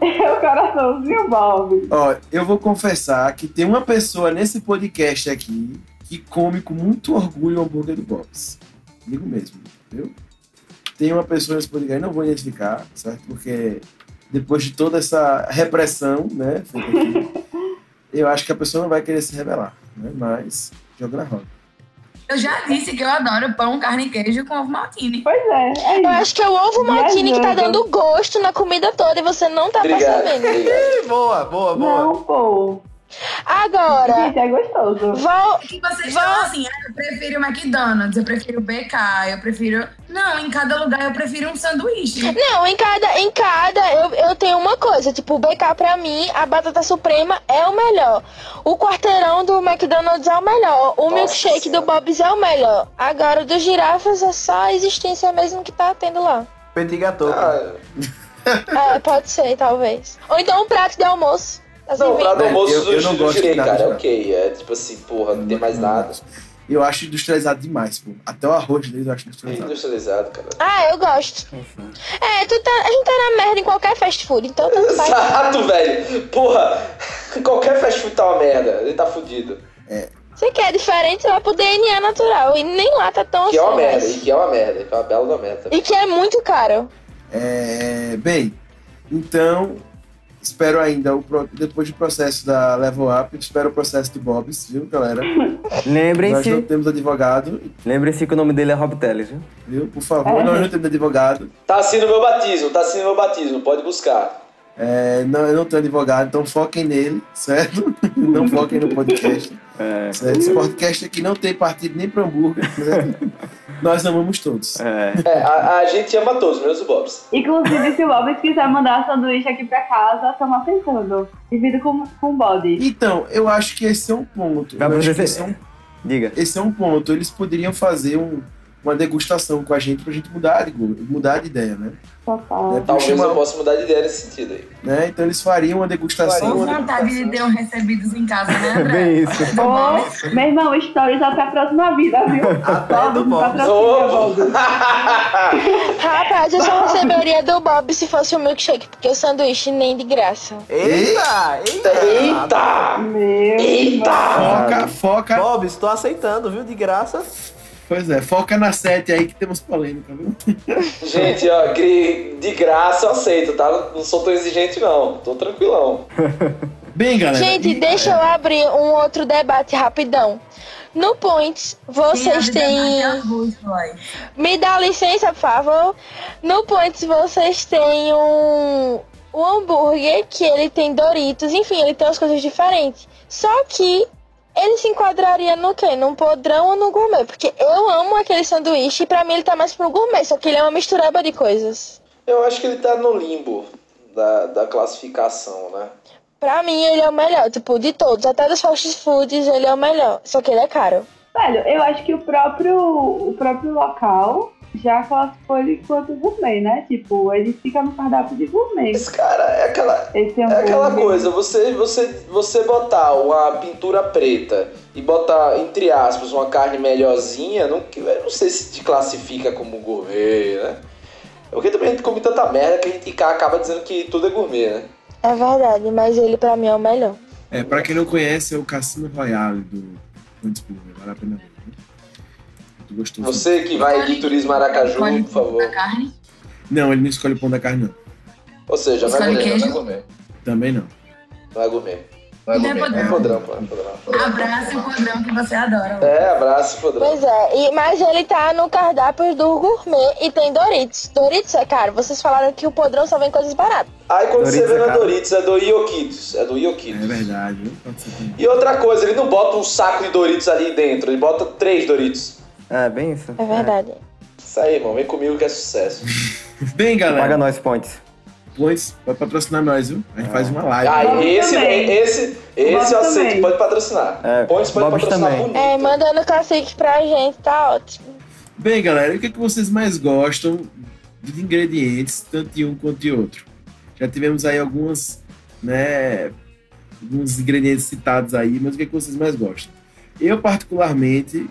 S3: É o coraçãozinho Bob's.
S1: Ó, eu vou confessar que tem uma pessoa nesse podcast aqui que come com muito orgulho o hambúrguer do Bob's. Digo mesmo, viu? Tem uma pessoa nesse podcast, não vou identificar, certo? Porque depois de toda essa repressão, né? feita aqui, eu acho que a pessoa não vai querer se revelar, né? Mas jogo na roda.
S7: Eu já disse que eu adoro pão, carne e queijo com ovo maltine.
S3: Pois é, é
S6: Eu
S3: isso.
S6: acho que é o ovo maltine que tá dando gosto na comida toda e você não tá
S4: Obrigado,
S6: percebendo.
S4: obrigado.
S5: Boa, boa, boa.
S3: Não, pô.
S6: Agora,
S4: [LAUGHS]
S3: Gente, é gostoso.
S6: vão,
S7: Que vocês
S6: Vá-
S7: falam assim, ah, eu prefiro McDonald's, eu prefiro BK, eu prefiro. Não, em cada lugar eu prefiro um sanduíche.
S6: Não, em cada, em cada eu, eu tenho uma coisa. Tipo, o BK pra mim, a batata suprema é o melhor. O quarteirão do McDonald's é o melhor. O
S4: Nossa
S6: milkshake do
S4: Senhora.
S6: Bob's é o melhor. Agora, o dos girafas é só a existência mesmo que tá tendo lá.
S5: Petit gâteau.
S4: Ah,
S6: É, pode ser, talvez. Ou então um prato de almoço. Assim,
S4: não,
S6: bem-
S4: pra
S1: Velho,
S4: almoço
S1: eu- eu
S4: eu,
S1: não
S4: não
S1: gosto de
S4: direi,
S1: nada,
S4: cara. É
S1: cara.
S4: ok. É tipo assim, porra, não tem mais nada.
S1: Eu acho industrializado demais, pô. Até o arroz deles eu acho
S4: É
S1: industrializado.
S4: industrializado, cara.
S6: Ah, eu gosto. É, tu tá, a gente tá na merda em qualquer fast food, então tanto faz.
S4: [LAUGHS] Exato, velho. Porra, [LAUGHS] qualquer fast food tá uma merda. Ele tá fudido.
S6: Você quer diferente, você vai pro DNA natural. E nem lá tá tão
S4: Que é uma
S6: assim,
S4: merda,
S6: mas-
S4: e que é uma merda, que é uma bela da merda.
S6: E que é muito caro.
S1: É, bem, então, espero ainda, o pro- depois do processo da Level Up, espero o processo do Bob's, viu, galera? Nós não
S2: Lembrem-se,
S1: temos advogado,
S2: lembrem-se que o nome dele é Rob Telles, viu?
S1: viu? Por favor, nós não temos advogado.
S4: Tá assim no meu batismo, tá assim no meu batismo, pode buscar.
S1: É, não, eu não tenho advogado, então foquem nele, certo? [LAUGHS] Não foquem no podcast.
S2: É,
S1: certo? Esse podcast aqui não tem partido nem pra hambúrguer, certo? Nós amamos todos.
S2: é.
S4: É, a, a gente ama todos, menos o Bobs.
S3: Inclusive, se o Bob quiser mandar sanduíche aqui pra casa, tamo pensando. Divido com, com o Bob.
S1: Então, eu acho que esse é um ponto.
S2: Vai
S1: Eu acho que
S2: acontecer-
S1: esse é um
S2: Diga.
S1: Esse é um ponto. Eles poderiam fazer um- uma degustação com a gente pra gente mudar de, go- mudar de ideia, né?
S3: Total.
S1: Né,
S4: Ah, Talvez
S1: chamar-
S4: eu possa mudar de ideia nesse sentido aí.
S1: né? Então eles fariam uma
S7: Ou
S1: degustação.
S4: Faria.
S7: vontade de ter um recebidos em casa, né, André?
S2: É Bem isso.
S3: Ô, meu irmão, Tá stories até a próxima vida, viu? [LAUGHS]
S5: Até do
S3: Bob,
S5: Bob.
S3: patrocina,
S4: Ô,
S3: Bob.
S6: Rapaz, eu só receberia do Bob se fosse o milkshake, porque o sanduíche nem de graça.
S5: Eita, eita.
S4: Eita!
S3: Meu
S4: Eita!
S1: Foca, foca.
S5: Ah, Bob, estou aceitando, viu? De graça.
S1: Pois é, foca na sete aí que temos polêmica, viu?
S4: Gente, ó, que de graça eu aceito, tá? Não sou tão exigente, não. Tô tranquilão.
S1: Bem, galera.
S6: Gente,
S1: e-
S6: deixa eu abrir um outro debate rapidão. No Points, vocês
S7: é
S6: têm. Me dá licença, por favor. No Points, vocês têm um. O hambúrguer que ele tem Doritos, enfim, ele tem umas coisas diferentes. Só que ele se enquadraria no quê? Num podrão ou no gourmet? Porque eu amo aquele sanduíche e pra mim ele tá mais pro gourmet, só que ele é uma mistureba de coisas.
S4: Eu acho que ele tá no limbo da, da classificação, né?
S6: Pra mim, ele é o melhor, tipo, de todos, até dos fast foods, ele é o melhor. Só que ele é caro.
S3: Velho, eu acho que o próprio, o próprio local já classificou ele quanto gourmet, né? Tipo, ele fica no cardápio de gourmet.
S4: Esse cara é aquela,
S3: Esse
S4: É aquela
S3: hambúrguer.
S4: coisa, você, você, você botar uma pintura preta e botar, entre aspas, uma carne melhorzinha, não, eu não sei se te classifica como gourmet, né? Porque também a gente come tanta merda que a gente ca- acaba dizendo que tudo é gourmet, né?
S6: É verdade, mas ele pra mim é o melhor.
S1: É, pra quem não conhece, é o Cassino Royale do Antes Burger. Vale a pena ver. né? Muito gostoso.
S4: Você que vai de turismo a Aracaju, por favor.
S7: Carne.
S1: Não, ele não escolhe o pão da carne, não.
S4: Ou seja, não é
S7: Escolhe
S4: gourmet, não é
S7: queijo.
S4: gourmet.
S1: Também não.
S4: Não é gourmet.
S8: Vai
S7: Não é
S8: comer.
S4: É
S7: Não.
S4: podrão, pô, é podrão.
S7: Abraça o podrão que você adora.
S4: É, abraço, podrão.
S6: Pois é, e- mas ele tá no cardápio do gourmet e tem Doritos. Doritos é caro. Vocês falaram que o podrão só vem coisas baratas.
S4: Aí quando você
S2: Doritos
S4: vê
S2: é
S4: na
S2: caro.
S4: Doritos, é do Iokitos. É do
S1: É
S4: Iokitos.
S1: verdade, viu? Pode ser também.
S4: E outra coisa, ele não bota um saco de Doritos ali dentro, ele bota três Doritos.
S2: É, bem isso.
S6: É verdade.
S4: Isso aí, irmão, vem comigo que é sucesso.
S1: Bem,
S2: É. Paga
S1: galera.
S2: nós, Pontes.
S1: Points vai patrocinar nós, viu? A gente faz uma live.
S4: Ah,
S3: Bob
S4: esse,
S3: também.
S4: esse,
S3: Bob
S4: esse eu aceito,
S3: também.
S4: pode patrocinar.
S2: É,
S4: Põe, pode
S2: Bob's
S4: patrocinar
S2: também.
S4: bonito.
S6: É, mandando cacique pra gente, tá ótimo.
S1: Bem, galera, o que, é que vocês mais gostam dos ingredientes, tanto de um quanto de outro? Já tivemos aí algumas, né, alguns ingredientes citados aí, mas o que, é que vocês mais gostam? Eu, particularmente,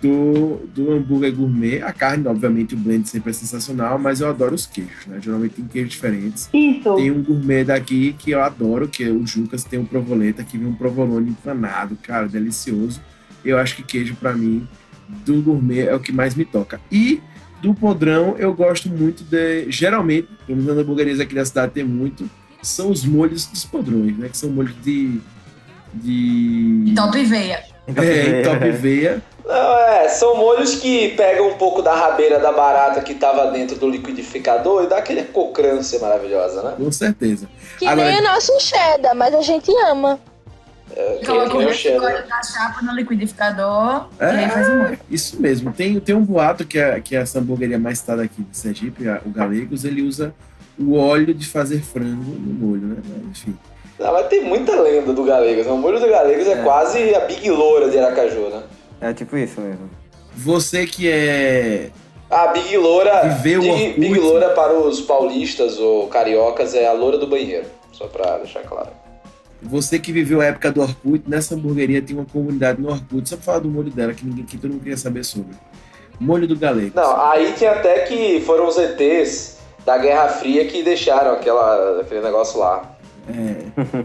S1: do, do hambúrguer gourmet, a carne, obviamente, o blend sempre é sensacional, mas eu adoro os queijos, né? Geralmente tem queijos diferentes.
S3: Isso.
S1: Tem um gourmet daqui que eu adoro, que é o Jucas, tem um provoleta, que vem um provolone empanado, cara, delicioso. Eu acho que queijo, pra mim, do gourmet é o que mais me toca. E do podrão, eu gosto muito de. Geralmente, pelo menos nas hamburguerias aqui da cidade tem muito, são os molhos dos podrões, né? Que são molhos de. de.
S7: Top veia.
S1: É, em top veia.
S4: Não, é, são molhos que pegam um pouco da rabeira da barata que tava dentro do liquidificador e dá aquele cocrância maravilhosa, né?
S1: Com certeza.
S6: Que
S1: Agora-
S6: nem o nosso cheddar, mas a gente ama.
S4: É, que,
S7: Coloca
S4: que
S7: o
S4: nem o
S7: resto
S4: cheiro.
S7: agora na chapa, no liquidificador
S1: É.
S7: e aí faz o molho.
S1: Isso mesmo. Tem, tem um boato que, a, que essa hamburgueria mais citada aqui de Sergipe, a- o Galegos, ele usa o óleo de fazer frango no molho, né? Enfim.
S4: Ah, mas tem muita lenda do Galegos. né? O molho do Galegos é,
S2: É.
S4: quase a Big Loura de Aracaju, né?
S2: É tipo isso mesmo.
S1: Você que é.
S4: A Big Loura.
S1: Viver o
S4: Big,
S1: Orkut.
S4: Big Loura para os paulistas ou cariocas é a loura do banheiro. Só pra deixar claro.
S1: Você que viveu a época do Orkut, nessa hamburgueria tem uma comunidade no Orkut, só pra falar do molho dela, que ninguém que todo mundo queria saber sobre. Molho do Galegos.
S4: Não, aí tem até que foram os ETs da Guerra Fria que deixaram aquela, aquele negócio lá.
S1: É.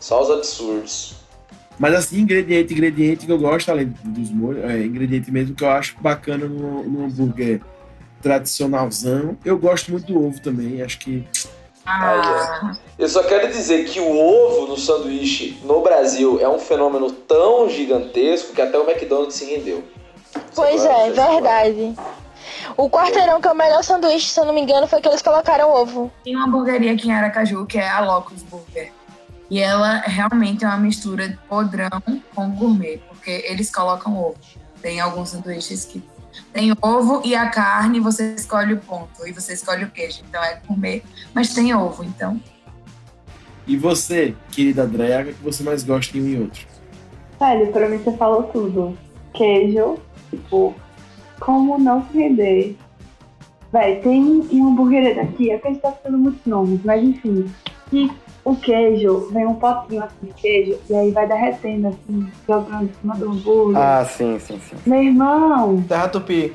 S4: Só os absurdos.
S1: Mas assim, ingrediente, ingrediente que eu gosto, além dos molhos, é, ingrediente mesmo que eu acho bacana no, no hambúrguer tradicionalzão. Eu gosto muito do ovo também, acho que
S7: Ah,
S4: Eu só quero dizer que o ovo no sanduíche no Brasil é um fenômeno tão gigantesco que até o McDonald's se rendeu.
S6: Pois
S4: Agora,
S6: é,
S4: não sei se
S6: verdade. O quarteirão, que é o melhor sanduíche, se eu não me engano, foi que eles colocaram ovo.
S7: tem uma hamburgueria aqui em Aracaju que é a Locus Burger. E ela realmente é uma mistura de podrão com gourmet, porque eles colocam ovo. Tem alguns sanduíches que tem ovo e a carne, você escolhe o ponto e você escolhe o queijo. Então é gourmet, mas tem ovo, então.
S1: E você, querida Andréa, o que você mais gosta em um e outro?
S3: Velho, pra mim você falou tudo. Queijo, tipo, como não se render? Véi, tem uma hamburgueria daqui, é que a gente tá ficando muitos nomes, mas enfim. Que o queijo, vem um potinho assim de queijo, e aí vai derretendo assim, jogando em cima do hambúrguer.
S2: Ah, sim, sim, sim.
S3: Meu irmão!
S5: Terra Tupi.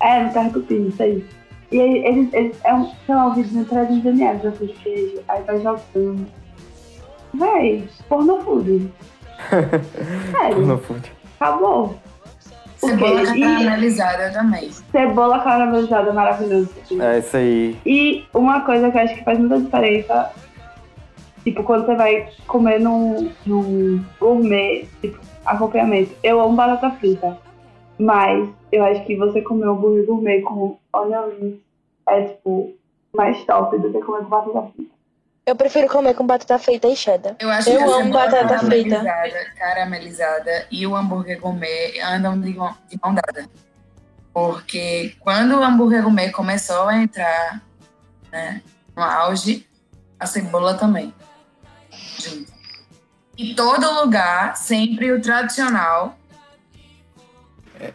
S3: É, no Terra do Pino, isso aí. E aí, eles, eles, é um, sei lá, um vídeo de 300 ml assim, de queijo, aí vai jogando. Véi, porno food. Sério,
S2: No food.
S3: acabou. O
S7: Cebola
S3: queijo.
S7: caramelizada também.
S3: Cebola caramelizada maravilhosa.
S2: É isso aí.
S3: E uma coisa que eu acho que faz muita diferença, tipo, quando você vai comer num, num gourmet, tipo, acompanhamento. Eu amo batata frita, mas eu acho que você comer um burro gourmet com onion rings é, tipo, mais top do que comer com batata frita.
S6: Eu prefiro comer com batata frita e cheddar.
S7: Eu acho
S6: Eu
S7: que a
S6: amo
S7: cebola
S6: batata frita.
S7: caramelizada, caramelizada e o hambúrguer gourmet andam de mão, de mão dada. Porque quando o hambúrguer gourmet começou a entrar né, no auge, a cebola também. Junto. E todo lugar, sempre o tradicional,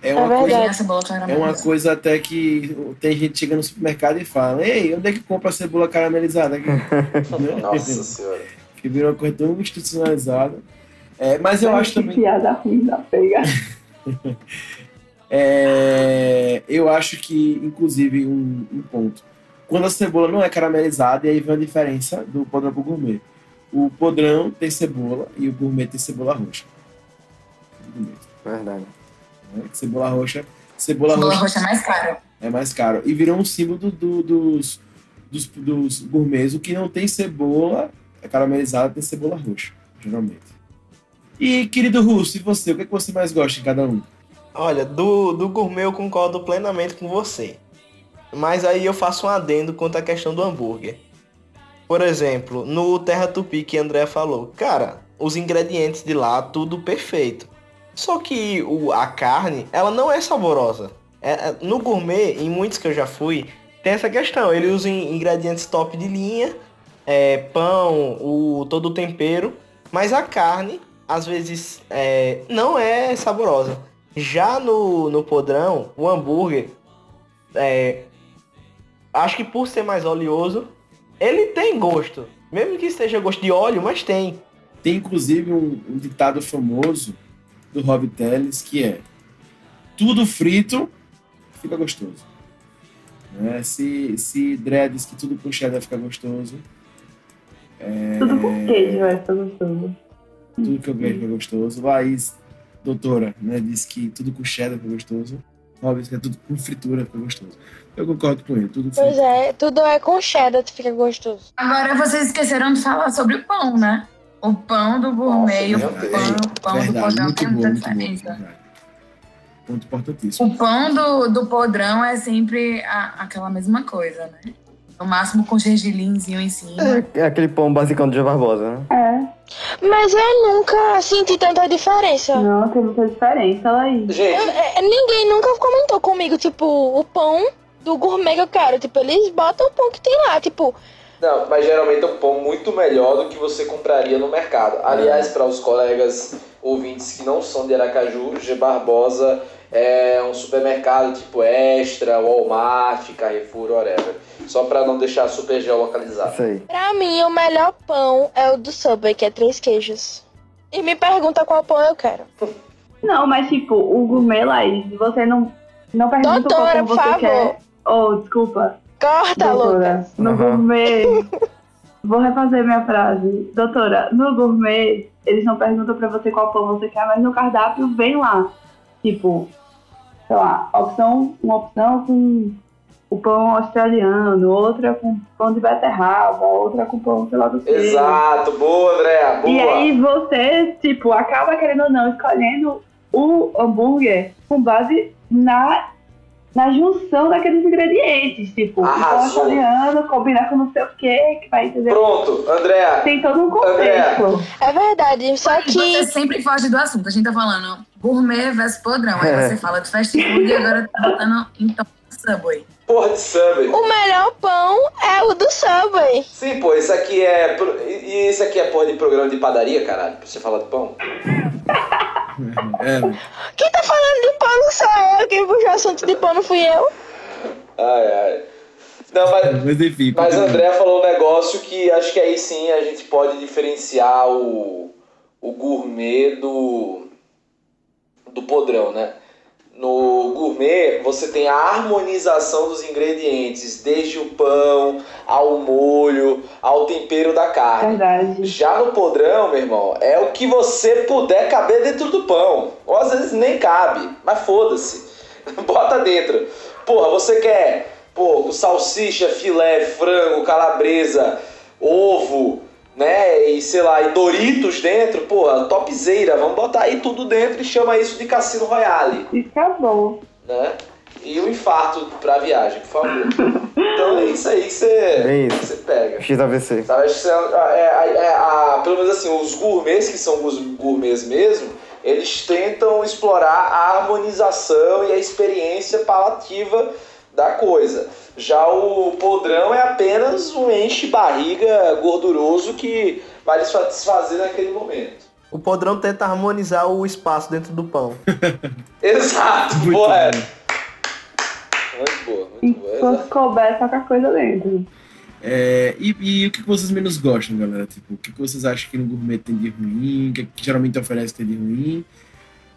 S1: É uma,
S6: verdade.
S1: coisa,
S7: tem a cebola
S1: é uma
S7: caramelizada.
S1: coisa até que tem gente que chega no supermercado e fala: Ei, onde é que compra a cebola caramelizada? Que, né?
S4: Nossa senhora.
S1: que virou uma coisa tão institucionalizada. É, mas eu acho
S3: que
S1: também.
S3: piada ruim da pega.
S1: é, eu acho que, inclusive, um, um ponto. Quando a cebola não é caramelizada, e aí vem a diferença do podrão pro gourmet. O podrão tem cebola e o gourmet tem cebola roxa.
S2: Verdade.
S1: Né? Cebola roxa. Cebola,
S7: Cebola
S1: roxa
S7: roxa é mais caro.
S1: É mais caro. E virou um símbolo do- do- dos, dos, dos gourmets. O que não tem cebola é caramelizada, tem cebola roxa, geralmente. E, querido Russo, e você? O que, é que você mais gosta em cada um?
S5: Olha, do, do gourmet eu concordo plenamente com você. Mas aí eu faço um adendo quanto à questão do hambúrguer. Por exemplo, no Terra Tupi que André falou, cara, os ingredientes de lá, tudo perfeito. Só que o, a carne, ela não é saborosa. É- é- no gourmet, em muitos que eu já fui, tem essa questão. Ele usa in- ingredientes top de linha, é, pão, o, todo o tempero. Mas a carne, às vezes, é, não é saborosa. Já no, no podrão, o hambúrguer, é, acho que por ser mais oleoso, ele tem gosto. Mesmo que esteja gosto de óleo, mas tem.
S1: Tem inclusive um, um ditado famoso do Rob Telles que é: tudo frito fica gostoso. Né? Se, se Dre diz que tudo com cheddar fica gostoso,
S3: Tudo com queijo, é, tá gostoso.
S1: tudo que eu vejo é gostoso. Laís, doutora, né, diz que tudo com cheddar é gostoso. Rob diz que é tudo com fritura é gostoso. Eu concordo com ele, tudo
S6: Pois
S1: frito.
S6: é, tudo é com cheddar que fica gostoso.
S7: Agora vocês esqueceram de falar sobre o pão, né? O pão do gourmet,
S4: Nossa,
S7: o
S4: meu
S7: pão,
S1: Deus.
S7: o pão do
S1: É, Verdade,
S7: podrão
S1: muito
S7: tem
S1: bom,
S7: muita
S1: muito bom.
S7: diferença.
S1: verdade. Ponto importantíssimo.
S7: O pão do, do podrão é sempre a- aquela mesma coisa, né? No máximo com gergelinzinho em cima.
S2: É aquele pão basicão do Jô Barbosa, né?
S3: É.
S6: Mas eu nunca senti tanta diferença.
S3: Não, tem muita diferença. Olha aí.
S6: Eu-
S4: Gente,
S6: é, ninguém nunca comentou comigo, tipo, o pão do gourmet que eu quero. Tipo, eles botam o pão que tem lá. Tipo,
S4: não, mas geralmente é um pão muito melhor do que você compraria no
S3: É.
S4: mercado. Aliás, para os colegas ouvintes que não são de Aracaju, G Barbosa é um supermercado tipo Extra, Walmart, Carrefour, whatever. Só para não deixar super geolocalizado.
S2: Isso aí.
S6: pra mim, o melhor pão é o do Subway, que é três queijos. E me pergunta qual pão eu quero.
S3: Não, mas tipo, o gourmet, Laís, você não, não pergunta
S6: Doutora,
S3: o que
S6: por
S3: você
S6: favor. Tá
S3: quer. Oh, desculpa.
S6: Corta,
S3: doutora,
S6: Lucas.
S3: no
S2: Aham.
S6: [LAUGHS]
S3: gourmet. Vou refazer minha frase. Doutora, no gourmet, eles não perguntam pra você qual pão você quer, mas no cardápio vem lá. Tipo, sei lá, opção, uma opção com o pão australiano, outra com pão de beterraba, outra com pão, sei lá do que.
S4: Exato, boa, Andréa, boa.
S3: E aí você, tipo, acaba querendo ou não, escolhendo o hambúrguer com base na, na junção daqueles ingredientes. Tipo, o
S4: Arrasou.
S3: pão italiano combina com não sei o que, que vai entender.
S4: Pronto, Andréa,
S3: Tem todo um contexto.
S6: É verdade, só
S7: Você
S6: que.
S7: sempre foge do assunto. A gente tá falando gourmet versus podrão. Aí
S2: É.
S7: você fala de fast food e agora tá botando então Subway.
S4: porra de samba.
S6: O melhor pão é o do Subway.
S4: Sim, pô, isso aqui é. pro- E e isso aqui é porra de programa de padaria, caralho. Pra você falar de pão?
S1: É,
S6: Quem tá falando de pão não sou eu. Quem puxou o assunto de pão não fui eu.
S4: Ai, ai. Não, mas.
S1: mas enfim.
S4: [LAUGHS] Mas
S1: continua.
S4: André falou um negócio que acho que aí sim a gente pode diferenciar o, o gourmet do, do podrão, né? No gourmet você tem a harmonização dos ingredientes, desde o pão ao molho, ao tempero da carne.
S3: Verdade.
S4: Já no podrão, meu irmão, é o que você puder caber dentro do pão. Ou às vezes nem cabe, mas foda-se. [LAUGHS] Bota dentro. Porra, você quer, pô, com salsicha, filé, frango, calabresa, ovo, né? E sei lá, e Doritos dentro, porra, topzeira. Vamos botar aí tudo dentro e chama isso de Cassino Royale
S3: E acabou.
S4: né? E o infarto pra viagem, por favor. Então é isso aí que
S2: É
S4: você
S2: isso.
S4: você pega.
S2: XAVC.
S4: Sabe, acho que isso é- é- é- é- a- pelo menos assim, os gourmets que são os gourmets mesmo, eles tentam explorar a harmonização e a experiência palativa da coisa. Já o podrão é apenas um enche-barriga gorduroso que vai lhe satisfazer naquele momento.
S5: O podrão tenta harmonizar o espaço dentro do pão.
S4: Exato,
S1: Muito
S4: boa. é.
S1: bom.
S4: Muito boa,
S3: E
S4: muito boa. exato.
S3: se couber, só com a coisa dentro.
S1: É, e, e o que vocês menos gostam, galera? Tipo, o que vocês acham que no gourmet tem de ruim, que, que geralmente oferece tem de ruim,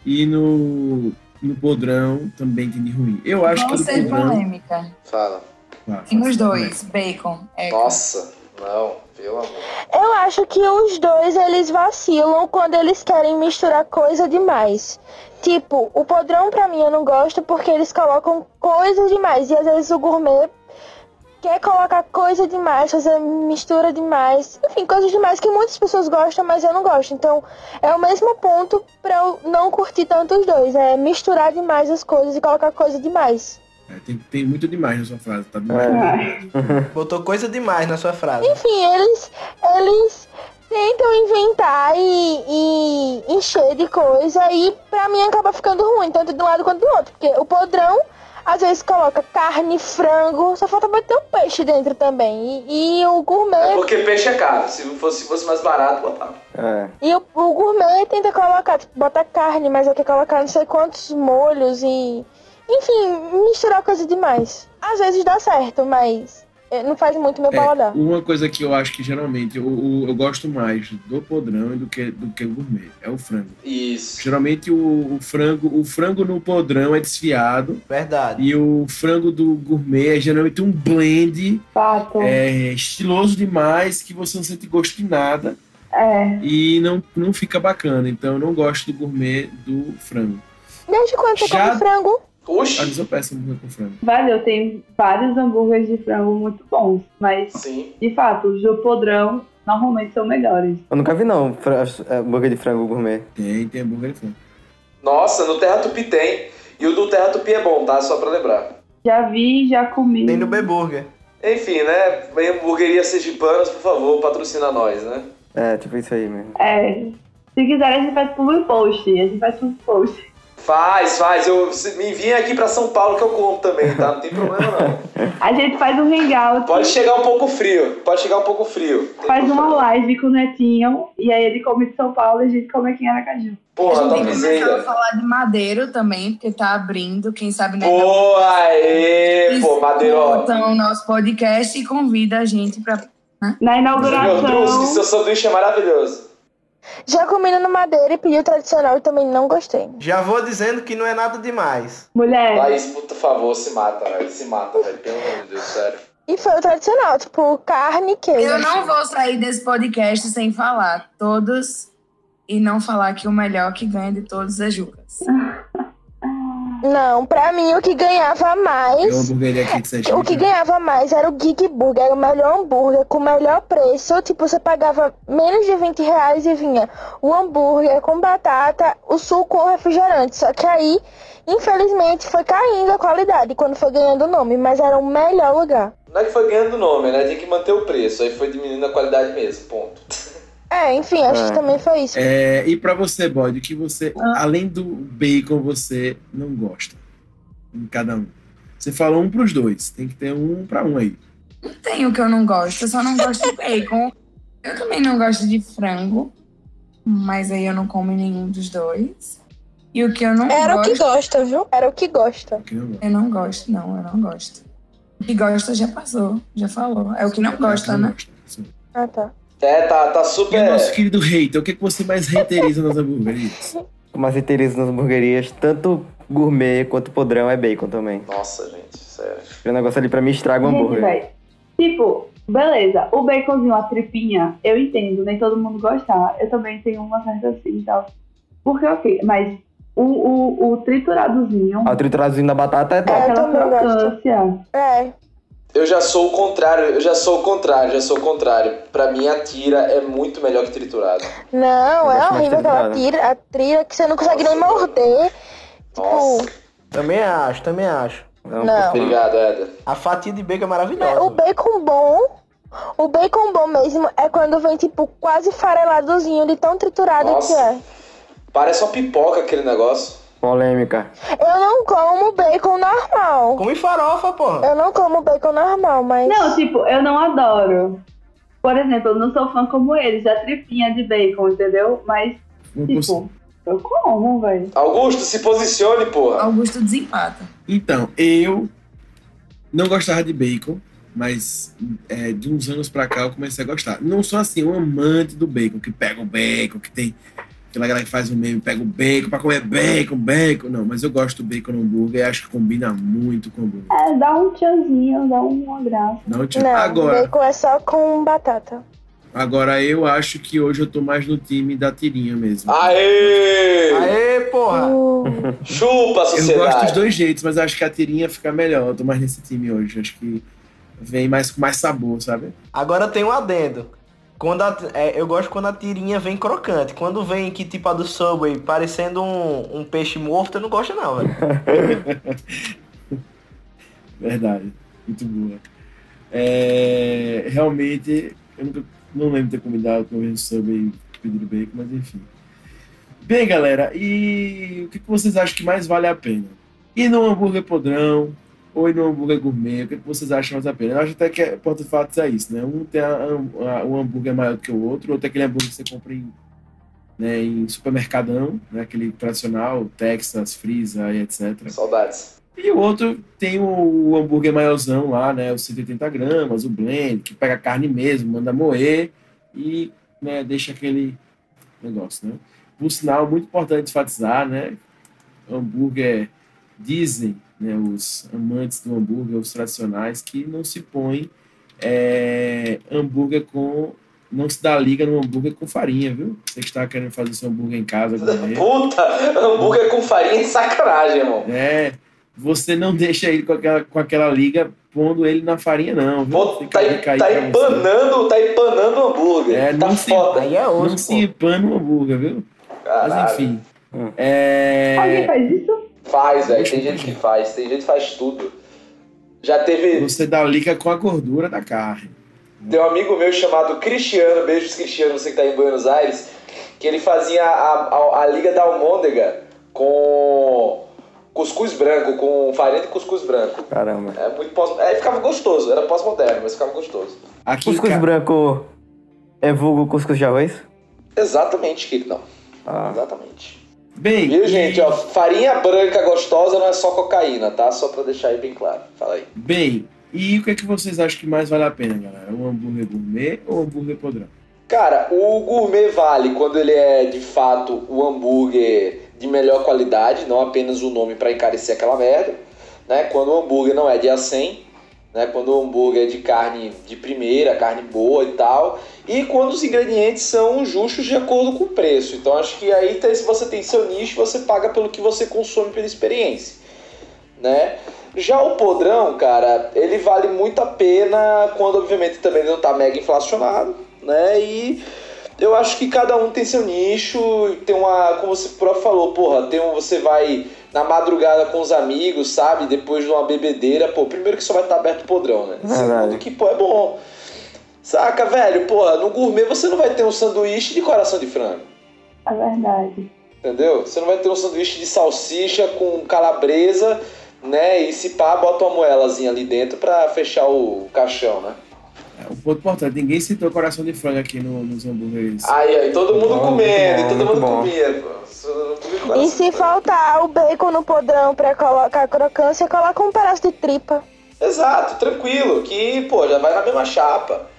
S1: e no, no podrão também tem de ruim. Eu acho
S7: Vou
S1: que
S7: ser
S1: no podrão.
S7: polêmica.
S4: Fala.
S1: Ah,
S7: Tem os
S1: faça
S7: dois, bacon. É.
S4: Nossa, não, pelo amor.
S6: Eu acho que os dois eles vacilam quando eles querem misturar coisa demais. Tipo, o podrão pra mim eu não gosto porque eles colocam coisa demais. E às vezes o gourmet quer colocar coisa demais, fazer mistura demais. Enfim, coisas demais que muitas pessoas gostam, mas eu não gosto. Então é o mesmo ponto pra eu não curtir tanto os dois. É misturar demais as coisas e colocar coisa demais.
S1: também. É, tem, tem muito demais na sua frase, tá demais.
S3: É.
S5: [LAUGHS] Botou coisa demais na sua frase.
S6: Enfim, eles, eles tentam inventar e, e encher de coisa e pra mim acaba ficando ruim, tanto de um lado quanto do outro. Porque o podrão às vezes coloca carne, frango, só falta botar o peixe dentro também. E, e o
S4: É
S6: gourmet,
S4: porque peixe é caro. Se fosse, fosse mais barato, botava.
S2: É.
S6: e o, o gourmet tenta colocar, tipo, botar carne, mas eu quero colocar não sei quantos molhos e. Enfim, misturar coisa demais. Às vezes dá certo, mas eh, não faz muito meu
S1: É,
S6: paladar.
S1: uma coisa que eu acho que geralmente eu, eu, eu gosto mais do podrão e do que do que o gourmet é o frango.
S4: Isso.
S1: Geralmente o, o frango, o frango no podrão é desfiado
S5: Verdade.
S1: e o frango do gourmet é geralmente um blend
S3: Fato. É.
S1: é estiloso demais que você não sente gosto de nada
S6: É.
S1: e não, não fica bacana. Então eu não gosto do gourmet do frango.
S6: Desde quando você
S1: Já-
S6: come frango?
S1: Às
S4: Oxi.
S1: vezes eu peço hambúrguer com frango.
S3: Valeu, tem vários hambúrgueres de frango muito bons, mas
S4: Sim.
S3: de fato, os do podrão normalmente são melhores.
S2: Eu nunca vi, não, fra- é, hambúrguer de frango gourmet.
S1: Tem, tem hambúrguer de frango.
S4: Nossa, no Terra Tupi tem. E o do Terra Tupi é bom, tá? Só pra lembrar.
S3: Já vi, já comi.
S5: Tem no Beburger.
S4: Enfim, né? Bem, Hamburgueria Sergipanas, por favor, patrocina nós, né?
S2: É, tipo isso aí mesmo.
S3: É. Se quiser, a gente faz tipo um post. A gente faz um post.
S4: Faz, faz. Eu, se- me enviem aqui pra São Paulo que eu como também, tá? Não tem problema não.
S3: A gente faz um hangout.
S4: Pode chegar um pouco frio, pode chegar um pouco frio. Tem
S3: Faz uma
S4: problema.
S3: live com o Netinho. E aí ele come de São Paulo e a gente come aqui em Aracaju.
S4: Porra,
S7: a gente tem que começar a
S4: topzera.
S7: falar de Madeiro também, porque tá abrindo, quem sabe, né?
S4: Pô, aê,
S7: Eles
S4: pô, Madeiro.
S7: escutam o nosso podcast e convida a gente pra.
S3: Na
S4: Meu Deus, que
S3: inauguração.
S4: seu sanduíche é maravilhoso.
S6: Já comi no Madeira e pedi o tradicional e também não gostei.
S5: Já vou dizendo que não é nada demais.
S3: Mulher,
S4: Laís, por favor, se mata, velho. Se mata, velho. Pelo amor de Deus, sério.
S6: E foi o tradicional, tipo, carne e queijo.
S7: Eu não vou sair desse podcast sem falar todos e não falar que o melhor que ganha de todos é Jucas.
S6: Não, pra mim o que ganhava
S1: É uma
S6: mais.
S1: hamburgueria aqui de Sergipe.
S6: O que ganhava mais era o Geek Burger, era o melhor hambúrguer, com o melhor preço. Tipo, você pagava menos de 20 reais e vinha o hambúrguer com batata, o suco ou refrigerante. Só que aí, infelizmente, foi caindo a qualidade quando foi ganhando o nome, mas era o melhor lugar.
S4: Não é que foi ganhando nome, né? Tinha que manter o preço. Aí foi diminuindo a qualidade mesmo, ponto.
S6: É, enfim, acho
S2: É.
S6: que também foi isso.
S1: É, e pra você, Bode, o que você,
S7: Ah.
S1: além do bacon, você não gosta? Em cada um. Você falou um pros dois. Tem que ter um pra um aí.
S7: Não tem o que eu não gosto, eu só não gosto de bacon. Eu também não gosto de frango, mas aí eu não como nenhum dos dois. E o que eu não
S6: Era o
S7: gosto,
S6: que gosta, viu? Era o que gosta.
S1: Que eu não gosto.
S7: eu não gosto, não, eu não gosto. O que gosta já passou, já falou. É o que não gosta,
S1: Eu não
S7: né?
S1: gosto. Sim.
S6: Ah, tá.
S4: É, tá, tá
S1: E o
S4: super.
S1: nosso querido hater, o que, é que você mais hateriza nas
S7: [LAUGHS]
S1: hamburguerias?
S2: Mas interesse nas hamburguerias, tanto gourmet quanto podrão, é bacon também.
S4: Nossa, gente, sério.
S2: O negócio ali pra mim estraga o
S3: gente,
S2: hambúrguer.
S3: velho. Tipo, beleza. O baconzinho, a tripinha, eu entendo. Nem todo mundo gosta. Eu também tenho uma certa assim e tal. Porque, ok. Mas o, o, o trituradozinho.
S2: Ah, o trituradozinho da batata é
S3: É
S2: top.
S6: eu
S3: aquela
S6: também gosto.
S3: crocância.
S6: É,
S4: Eu já sou o contrário, eu já sou o contrário, já sou o contrário. Pra mim, a tira é muito melhor que triturada.
S6: Não,
S2: Eu
S6: é
S2: gosto mais
S6: horrível aquela
S2: triturada.
S6: tira, a trilha que você não consegue nem morder.
S4: Nossa.
S6: Tipo,
S5: Também acho, também acho.
S2: Não,
S6: Não.
S2: prefiro-
S4: Obrigado, Eder.
S5: A fatia de bacon é
S6: é, o
S5: maravilhosa.
S6: bacon bom. O bacon bom mesmo é quando vem, tipo, quase fareladozinho de tão triturado que
S4: Nossa.
S6: é.
S4: Parece uma pipoca aquele negócio.
S2: Polêmica.
S6: Eu não como bacon normal.
S5: Come farofa, porra.
S6: Eu não como bacon normal, mas.
S3: Não, tipo, eu não adoro. Por exemplo, eu não sou fã como eles, da tripinha de bacon, entendeu? Mas,
S1: Não consigo.
S3: tipo, eu como, velho.
S4: Augusto, se posicione, porra.
S7: Augusto desempata.
S1: Então, eu não gostava de bacon, mas é, de uns anos pra cá eu comecei a gostar. Não sou assim, um amante do bacon, que pega o bacon, que tem aquela galera que faz o meme, pega o bacon pra comer bacon, bacon. Não, mas eu gosto do bacon no hambúrguer e acho que combina muito com o hambúrguer.
S3: É, dá um tchanzinho, dá um uma graça.
S1: Não, tio.
S6: Não,
S1: agora,
S6: bacon é só com batata.
S1: agora eu acho que hoje eu tô mais no time da tirinha mesmo.
S4: Ah,
S6: É,
S4: Aê!
S5: Aê, porra.
S6: Hum,
S4: Chupa,
S1: Eu gosto dos
S4: sociedade.
S1: dois jeitos, mas eu acho que a tirinha fica melhor. Eu tô mais nesse time hoje. Acho que vem mais com mais sabor, sabe?
S5: Agora tem um adendo. Quando a- é, eu gosto quando a tirinha vem crocante. Quando vem que tipo a do Subway parecendo um, um peixe morto, eu não gosto não, velho.
S1: Verdade. Muito boa. É, realmente, eu nunca, não lembro de ter comido a última vez no Subway pedido bacon, mas enfim. Bem, galera, e o que que vocês acham que mais vale a pena? Ir no hambúrguer podrão ou ir no hambúrguer gourmet? O que que vocês acham mais a pena? Eu acho até que é ponto de fato é isso, né? Um tem a, a- um hambúrguer maior do que o outro, outro é aquele hambúrguer que você compra em, né, em supermercadão, né, aquele tradicional, Texas, Freeza e etc.
S4: Saudades.
S1: E o outro tem o hambúrguer maiorzão lá, né? Os 180 gramas, o blend, que pega a carne mesmo, manda moer e né, deixa aquele negócio, né? Por sinal, muito importante enfatizar, né? Hambúrguer, dizem né, os amantes do hambúrguer, os tradicionais, que não se põe é, hambúrguer com... Não se dá liga no hambúrguer com farinha, viu? Você que está querendo fazer seu hambúrguer em casa, comer.
S4: Puta, hambúrguer com farinha é sacanagem, irmão.
S1: É, você não [LAUGHS] deixa ele com aquela, com aquela liga pondo ele na farinha, não. Viu?
S4: Pô,
S1: Fica
S4: tá,
S1: a dica aí
S4: tá
S1: pra você.
S4: empanando, tá empanando o hambúrguer.
S1: É,
S4: tá
S1: não se-
S4: foda.
S5: Aí é
S1: Não
S5: osso,
S1: se empana o hambúrguer, viu? Mas
S4: Caralho.
S1: enfim.
S2: Hum.
S1: É,
S3: Alguém faz isso?
S4: Faz, velho. Tem gente que faz, tem gente que faz tudo. Já teve.
S1: Você dá liga com a gordura da carne.
S4: Tem um amigo meu chamado Cristiano, beijos Cristiano, você que tá em Buenos Aires, que ele fazia a, a, a liga da almôndega com cuscuz branco, com farinha de cuscuz branco.
S2: Caramba.
S4: É muito pós é, ficava gostoso, era pós-moderno, mas ficava gostoso.
S1: Aqui, em
S2: Cuscuz
S1: ca-
S2: branco é vulgo cuscuz de arroz?
S4: Exatamente, queridão.
S2: Ah,
S4: Exatamente.
S1: Bem,
S4: Viu,
S1: e-
S4: gente? Ó, farinha branca gostosa não é só cocaína, tá? Só pra deixar aí bem claro. Fala aí.
S1: Bem, e o que é que vocês acham que mais vale a pena, galera? Um hambúrguer gourmet ou um hambúrguer podrão?
S4: Cara, o gourmet vale quando ele é de fato o hambúrguer de melhor qualidade, não apenas o nome pra encarecer aquela merda, né? Quando o hambúrguer não é de A100, né? Quando o hambúrguer é de carne de primeira, carne boa e tal, e quando os ingredientes são justos de acordo com o preço. Então acho que aí tá- se você tem seu nicho, você paga pelo que você consome pela experiência, né? Já o podrão, cara, ele vale muito a pena quando obviamente também não tá mega inflacionado né? E eu acho que cada um tem seu nicho, tem uma, como você próprio falou, porra, tem um, você vai na madrugada com os amigos, sabe? Depois de uma bebedeira, pô, primeiro que só vai estar aberto o podrão, né?
S2: Verdade.
S4: Segundo que, pô, é bom. Saca, velho, porra, no gourmet você não vai ter um sanduíche de coração de frango.
S3: É verdade.
S4: Entendeu? Você não vai ter um sanduíche de salsicha com calabresa, né? E se pá, bota uma moelazinha ali dentro pra fechar o caixão, né?
S1: É, um ponto importante, ninguém citou coração de frango aqui no- nos hambúrgueres.
S4: Aí, aí, todo mundo
S2: Bom,
S4: comendo,
S2: muito bom,
S4: todo
S2: muito
S4: mundo
S2: bom.
S4: comia. pô. Isso não comia quase
S6: E se
S4: nada.
S6: faltar o bacon no podrão pra colocar a crocância, coloca um pedaço de tripa.
S4: Exato, tranquilo, que, pô, já vai na mesma chapa,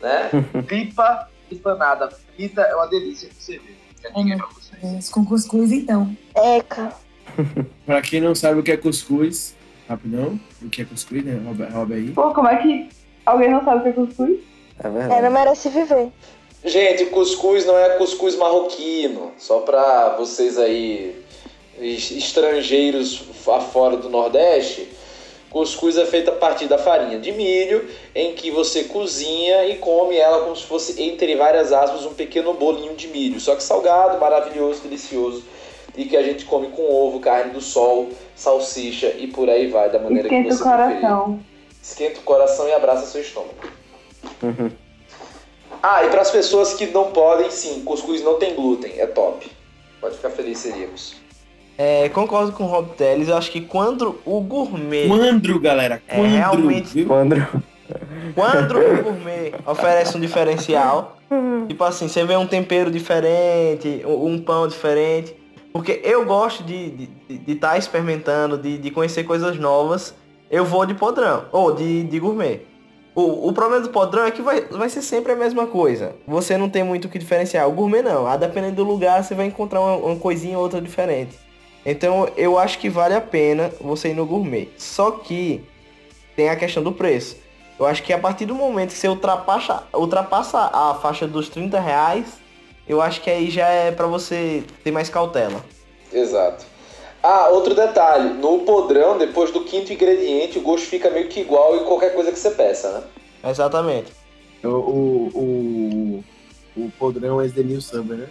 S4: né?
S8: Tripa empanada frita é uma delícia com cerveja. Já digo pra você.
S7: Isso, É, Com cuscuz, então.
S6: Eca.
S1: Pra quem não sabe o que é cuscuz, rapidão, o que é cuscuz, né? Rouba, rouba aí.
S3: Pô, como é que alguém não sabe o que é cuscuz?
S2: é
S6: É, não
S2: verdade.
S6: merece viver.
S4: Gente, cuscuz não é cuscuz marroquino, só pra vocês aí, es- estrangeiros afora do Nordeste, cuscuz é feito a partir da farinha de milho, em que você cozinha e come ela como se fosse, entre várias aspas, um pequeno bolinho de milho, só que salgado, maravilhoso, delicioso, e que a gente come com ovo, carne do sol, salsicha e por aí vai, da maneira que
S3: Esquenta
S4: você
S3: o
S4: preferir.
S3: coração.
S4: Esquenta o coração e abraça seu estômago.
S2: Uhum.
S4: Ah, e para as pessoas que não podem, sim, cuscuz não tem glúten, é top. Pode ficar feliz, seríamos.
S5: É, concordo com o Rob Teles, eu acho que quando o gourmet.
S1: Quandro, galera,
S5: É,
S1: quandro,
S5: realmente-
S1: viu?
S2: Quando
S5: Quando o gourmet oferece um diferencial, tipo assim, você vê um tempero diferente, um um pão diferente. Porque eu gosto de estar experimentando, de, de conhecer coisas novas. Eu vou de podrão, ou de, de gourmet. O, o problema do podrão é que vai, vai ser sempre a mesma coisa. Você não tem muito o que diferenciar. O gourmet não. A dependendo do lugar, você vai encontrar uma, uma coisinha ou outra diferente. Então, eu acho que vale a pena você ir no gourmet. Só que tem a questão do preço. Eu acho que a partir do momento que você ultrapassa, ultrapassa a faixa dos 30 reais, eu acho que aí já é pra você ter mais cautela.
S4: Exato. Ah, outro detalhe, no podrão, depois do quinto ingrediente, o gosto fica meio que igual em qualquer coisa que você peça, né?
S5: Exatamente.
S8: O, o, o, o podrão é Denil Samba, né?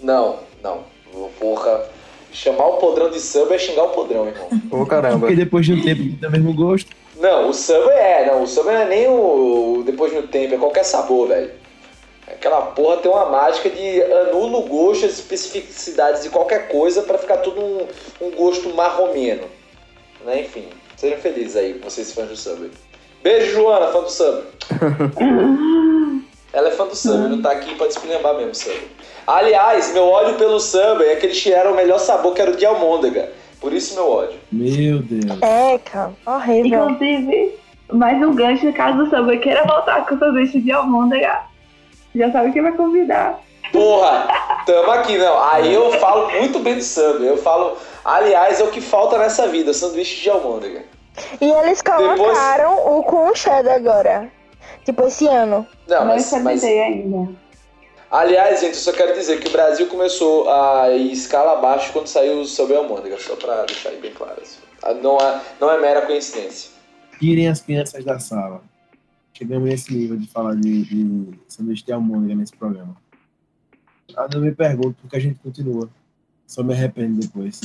S4: Não, não. Ô, Porra, chamar o podrão de samba é xingar o podrão, irmão.
S2: Ô caramba.
S8: Porque depois de um tempo que tem o mesmo gosto.
S4: não, o samba é, não, o samba não é nem o, o depois de um tempo, é qualquer sabor, velho. Aquela porra tem uma mágica de anula o gosto, as especificidades de qualquer coisa pra ficar tudo um, um gosto marromeno. Né? Enfim, sejam felizes aí, vocês fãs do Subway. Beijo, Joana, fã do Subway. Ela é fã do Subway, não tá aqui pra despinambar mesmo, Subway. Aliás, meu ódio pelo Subway é que eles tiraram o melhor sabor que era o de almôndega. Por isso meu ódio.
S8: Meu Deus.
S6: Eca. Horrível.
S3: Inclusive, mais um gancho no caso do Samba queira voltar com o sanduíche de almôndega. Já sabe quem vai convidar.
S4: Porra, tamo aqui, não. Aí eu falo muito bem do Subway. Eu falo, aliás, é o que falta nessa vida, sanduíche de almôndega.
S6: E eles colocaram o com cheddar agora. Tipo, esse ano.
S4: Não,
S3: não é
S4: mas, mas
S3: experimentei ainda.
S4: Aliás, gente, eu só quero dizer que o Brasil começou a ir escala abaixo quando saiu o Sobre Almôndega, só pra deixar aí bem claro. isso. Ah, Não é, não é mera coincidência.
S8: Tirem as crianças da sala. Chegamos nesse nível de falar de, de sanduíche de almôndega nesse programa. Ah, não me pergunto, porque a gente continua. Só me arrependo depois.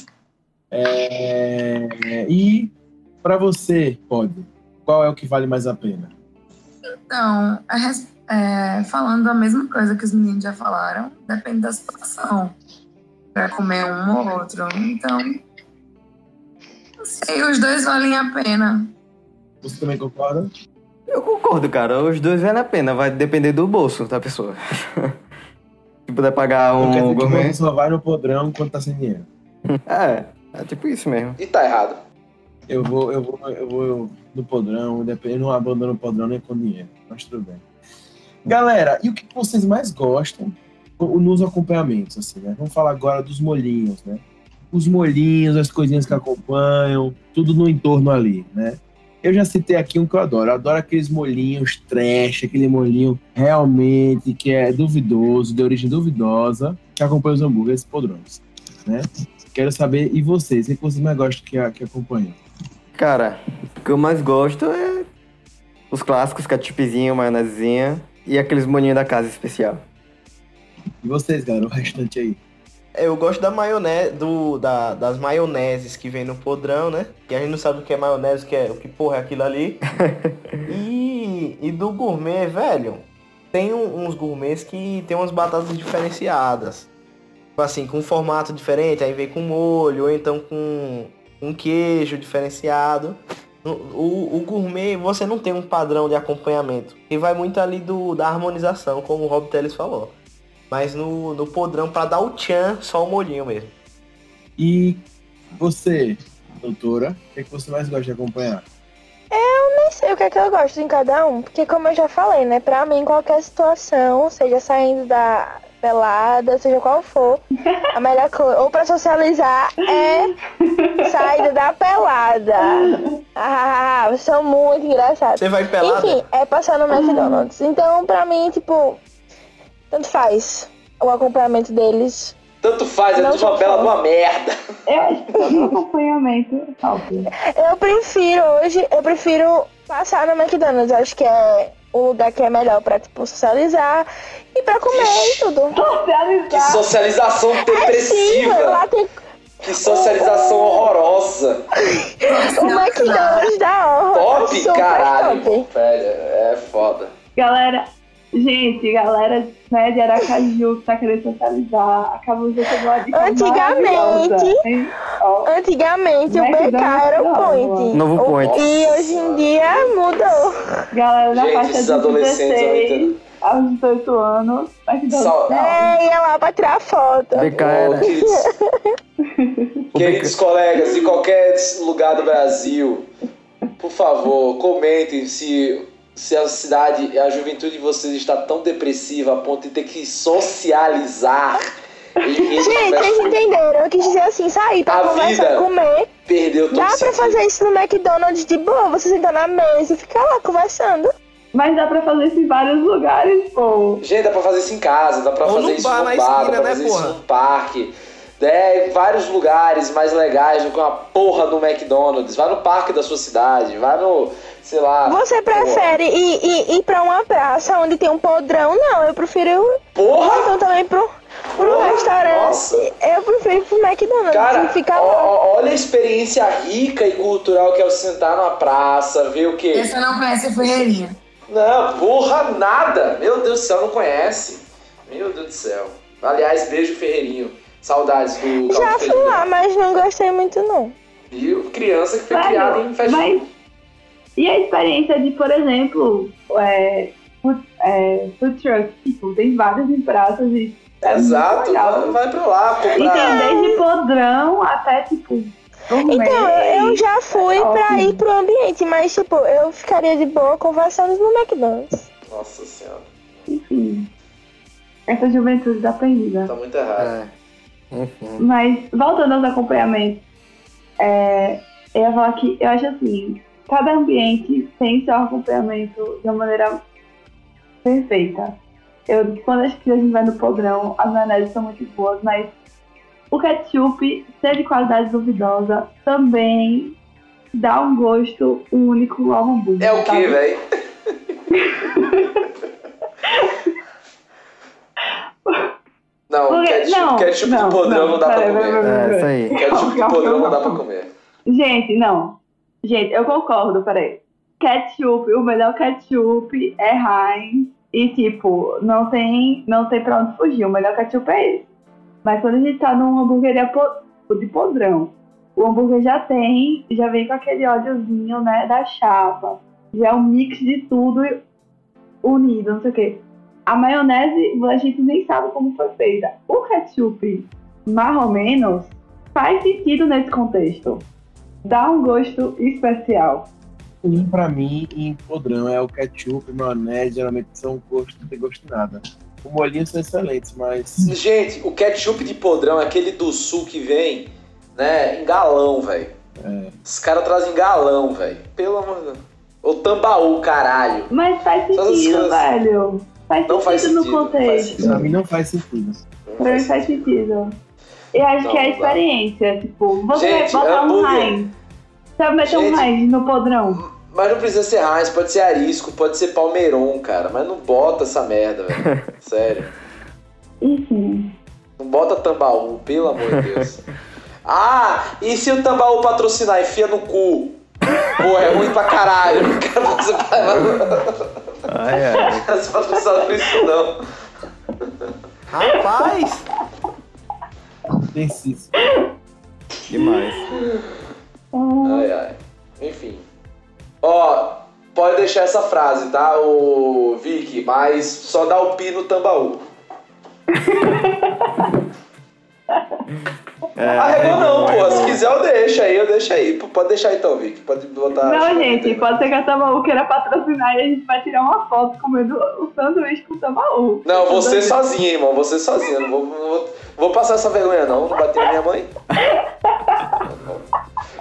S8: É, e Pra você, pode. Qual é o que vale mais a pena?
S7: Então, a res- é, falando a mesma coisa que os meninos já falaram, depende da situação. Pra comer um ou outro. Então, não sei, os dois valem a pena.
S8: Você também concorda?
S2: Eu concordo, cara. Os dois valem a pena. Vai depender do bolso da pessoa. [LAUGHS] Se puder pagar
S8: Eu quero
S2: um
S8: dizer que
S2: gourmet.
S8: você só vai no podrão quando tá sem dinheiro.
S2: É, é tipo isso mesmo.
S4: E tá errado.
S8: Eu vou, eu vou, eu vou no podrão, dep- eu não abandono o podrão nem com dinheiro, mas tudo bem. Galera, e o que vocês mais gostam o- nos acompanhamentos, assim, né? Vamos falar agora dos molhinhos, né? Os molhinhos, as coisinhas que acompanham, tudo no entorno ali, né? Eu já citei aqui um que eu adoro. Eu adoro aqueles molhinhos trash, aquele molhinho realmente que é duvidoso, de origem duvidosa, que acompanha os hambúrgueres podrões, né? Quero saber, e vocês? O que vocês mais gostam que, a- que acompanham?
S2: Cara, o que eu mais gosto é os clássicos, ketchupzinho, maionezinha e aqueles moninhos da casa especial.
S8: E vocês, galera, o restante aí?
S5: Eu gosto da maionese, do, da- das maioneses que vem no podrão, né? Que a gente não sabe o que é maionese, o que é, o que porra é aquilo ali. e, e do gourmet, velho, tem um- uns gourmets que tem umas batatas diferenciadas. Tipo Assim, com um formato diferente, aí vem com molho, ou então com um queijo diferenciado. O, o- o gourmet, você não tem um padrão de acompanhamento. E vai muito ali do, da harmonização, como o Rob Teles falou. Mas no, no podrão, pra dar o tchan, só o molhinho mesmo.
S8: E você, doutora, o que, é que você mais gosta de acompanhar?
S6: Nem sei o que é que eu gosto em cada um, porque como eu já falei, né? Pra mim, qualquer situação, seja saindo da pelada, seja qual for, a melhor coisa, ou pra socializar, é saída da pelada. Ah, são muito engraçados.
S5: Você vai pelado?
S6: Enfim, é passar no McDonald's. Então, pra mim, tipo, tanto faz o acompanhamento deles.
S4: Tanto faz, é
S6: Não,
S4: tudo uma
S6: não
S4: bela de
S6: faz.
S4: uma merda.
S3: Eu acho que todo [LAUGHS] acompanhamento é óbvio.
S6: Eu prefiro hoje, eu prefiro passar no McDonald's. Acho que é o lugar que é melhor pra, tipo, socializar e pra comer e tudo.
S4: Que
S3: Socializar.
S4: socialização
S6: Sim, mano,
S4: depressiva.
S6: lá tem
S4: Que socialização horrorosa.
S6: o McDonald's da honra.
S4: Top,
S6: super
S4: caralho.
S6: top.
S4: Velho, é foda.
S3: Galera, gente, galera né, de Aracaju que tá querendo socializar, acabou de ter uma dica
S6: Antigamente,
S3: maravilhosa, hein? Ó,
S6: Antigamente o BK era o Point.
S2: Novo
S6: O-
S2: point.
S6: E hoje em dia mudou.
S3: galera na
S4: Gente,
S3: faixa
S4: esses
S3: de
S4: adolescentes tá- eu não
S3: 16 aos 18 anos, McDonald's.
S4: Sal-
S6: É, ia lá pra tirar foto.
S2: BK
S4: Ô,
S2: era.
S4: queridos, queridos [LAUGHS] colegas de qualquer lugar do Brasil, por favor, comentem se, se a cidade, a juventude de vocês está tão depressiva a ponto de ter que socializar e, e
S6: Gente, vocês entenderam? Eu quis dizer assim, sair pra
S4: A
S6: conversar,
S4: vida.
S6: comer.
S4: perdeu todo
S6: Dá pra
S4: sentido.
S6: fazer isso no McDonald's de boa, você sentar na mesa e ficar lá conversando.
S3: Mas dá pra fazer isso em vários lugares, pô.
S4: Gente, dá pra fazer isso em casa, dá pra
S5: Ou
S4: fazer
S5: num
S4: isso
S5: bar
S4: no bar,
S5: na esquina,
S4: dá pra
S5: né,
S4: fazer
S5: porra?
S4: isso num parque. É, vários lugares mais legais do que uma porra do McDonald's. Vai no parque da sua cidade, vai no, sei lá.
S6: Você prefere ir, ir, ir pra uma praça onde tem um podrão? Não, eu prefiro.
S4: Porra!
S6: Ou então também pro, pro
S4: Porra,
S6: restaurante.
S4: nossa.
S6: Eu prefiro ir pro McDonald's.
S4: Cara,
S6: e ficar
S4: ó-
S6: lá.
S4: ó- olha a experiência rica e cultural que é o sentar na praça, ver o quê?
S7: Eu só não conheço a Ferreirinha.
S4: Não, porra, nada! Meu Deus do céu, não conhece. Meu Deus do céu. Aliás, beijo Ferreirinho. Saudades do
S6: Já
S4: Caldo
S6: fui
S4: Ferreira.
S6: lá, mas não gostei muito, não.
S4: E criança que foi
S3: Vai,
S4: criada em festa.
S3: Mas e a experiência de, por exemplo, é, food, é, food truck? Tipo, tem várias em praças e é muito
S4: Exato,
S3: legal.
S4: vai, vai pra lá
S3: E tem
S4: comprar.
S3: desde podrão até, tipo, gourmet.
S6: Então, eu já fui
S3: Ótimo.
S6: pra ir pro ambiente, mas, tipo, eu ficaria de boa conversando no McDonald's.
S4: Nossa senhora,
S3: Enfim, essa juventude da perdida.
S4: tá muito errado.
S2: É. Enfim.
S3: Mas, voltando aos acompanhamentos, é, eu ia falar que eu acho assim, cada ambiente tem seu acompanhamento de uma maneira perfeita. Eu, quando acho que a gente vai no podrão, as maioneses são muito boas, mas o ketchup, ser de qualidade duvidosa, também dá um gosto único ao hambúrguer.
S4: É o
S3: sabe?
S4: que,
S3: [LAUGHS]
S4: velho? Não,
S3: Porque- não,
S4: ketchup, ketchup
S3: não,
S4: do podrão
S3: não,
S4: não dá pra
S3: peraí, peraí,
S4: comer.
S2: É, isso É, aí.
S4: Ketchup do podrão não dá pra comer.
S3: Gente, não. Gente, eu concordo, peraí. Ketchup, o melhor ketchup é Heinz. E, tipo, não tem, não tem pra onde fugir. O melhor ketchup é esse. Mas quando a gente tá numa hamburgueria po- de podrão, o hambúrguer já tem, já vem com aquele óleozinho, né, da chapa. Já é um mix de tudo e- unido, não sei o quê. A maionese, a gente nem sabe como foi feita. O ketchup, mais ou menos, faz sentido nesse contexto. Dá um gosto especial.
S1: Um pra mim e podrão é o ketchup, maionese, geralmente são gostos, não tem gosto de nada. O molhinho são excelentes, mas
S4: Gente, o ketchup de podrão é aquele do sul que vem, né, em galão, velho. Os caras trazem galão, velho. Pelo amor de Deus. Ou tambaú, caralho.
S3: Mas faz
S4: Só essas
S3: sentido,
S4: coisas.
S3: velho. Faz
S4: Não
S3: sentido
S4: faz
S3: no
S4: sentido. não faz
S3: contexto.
S4: sentido.
S1: pra mim não faz sentido.
S4: Não
S3: Pra mim
S4: faz
S3: faz
S4: sentido.
S3: sentido. E acho
S4: Não,
S3: que é a
S4: não dá.
S3: experiência, tipo, você
S4: Gente, é
S3: vai botar um
S4: hambúrguer.
S3: Heinz. Você vai meter um
S4: Gente.
S3: Heinz no podrão.
S4: Mas não precisa ser Heinz, pode ser Arisco, pode ser Palmeiron, cara. Mas não bota essa merda, velho. Sério.
S3: Enfim.
S4: Não bota tambaú, pelo amor de [LAUGHS] Deus. Ah, e se o tambaú patrocinar? Enfia no cu. Pô, é ruim pra caralho. Não quero fazer
S2: Ai, ai.
S4: patrocinado por isso, não.
S5: Rapaz!
S1: Intensíssimo.
S2: Demais.
S4: Ai, ai. Enfim. Ó, pode deixar essa frase, tá, o Vicky? Mas só dá o pi no tambaú.
S2: É,
S4: Arregou Ah, não, pô. Se quiser eu deixo aí, eu deixo aí. P- Pode deixar então, Vicky. Pode botar.
S3: não, gente, pode ser que a Tambaú queira patrocinar e a gente vai tirar uma foto comendo o sanduíche com Né, o Tambaú.
S4: Não, você sozinha, irmão. Você sozinha. Não vou, não vou, vou passar essa vergonha, não. Não bater na minha mãe.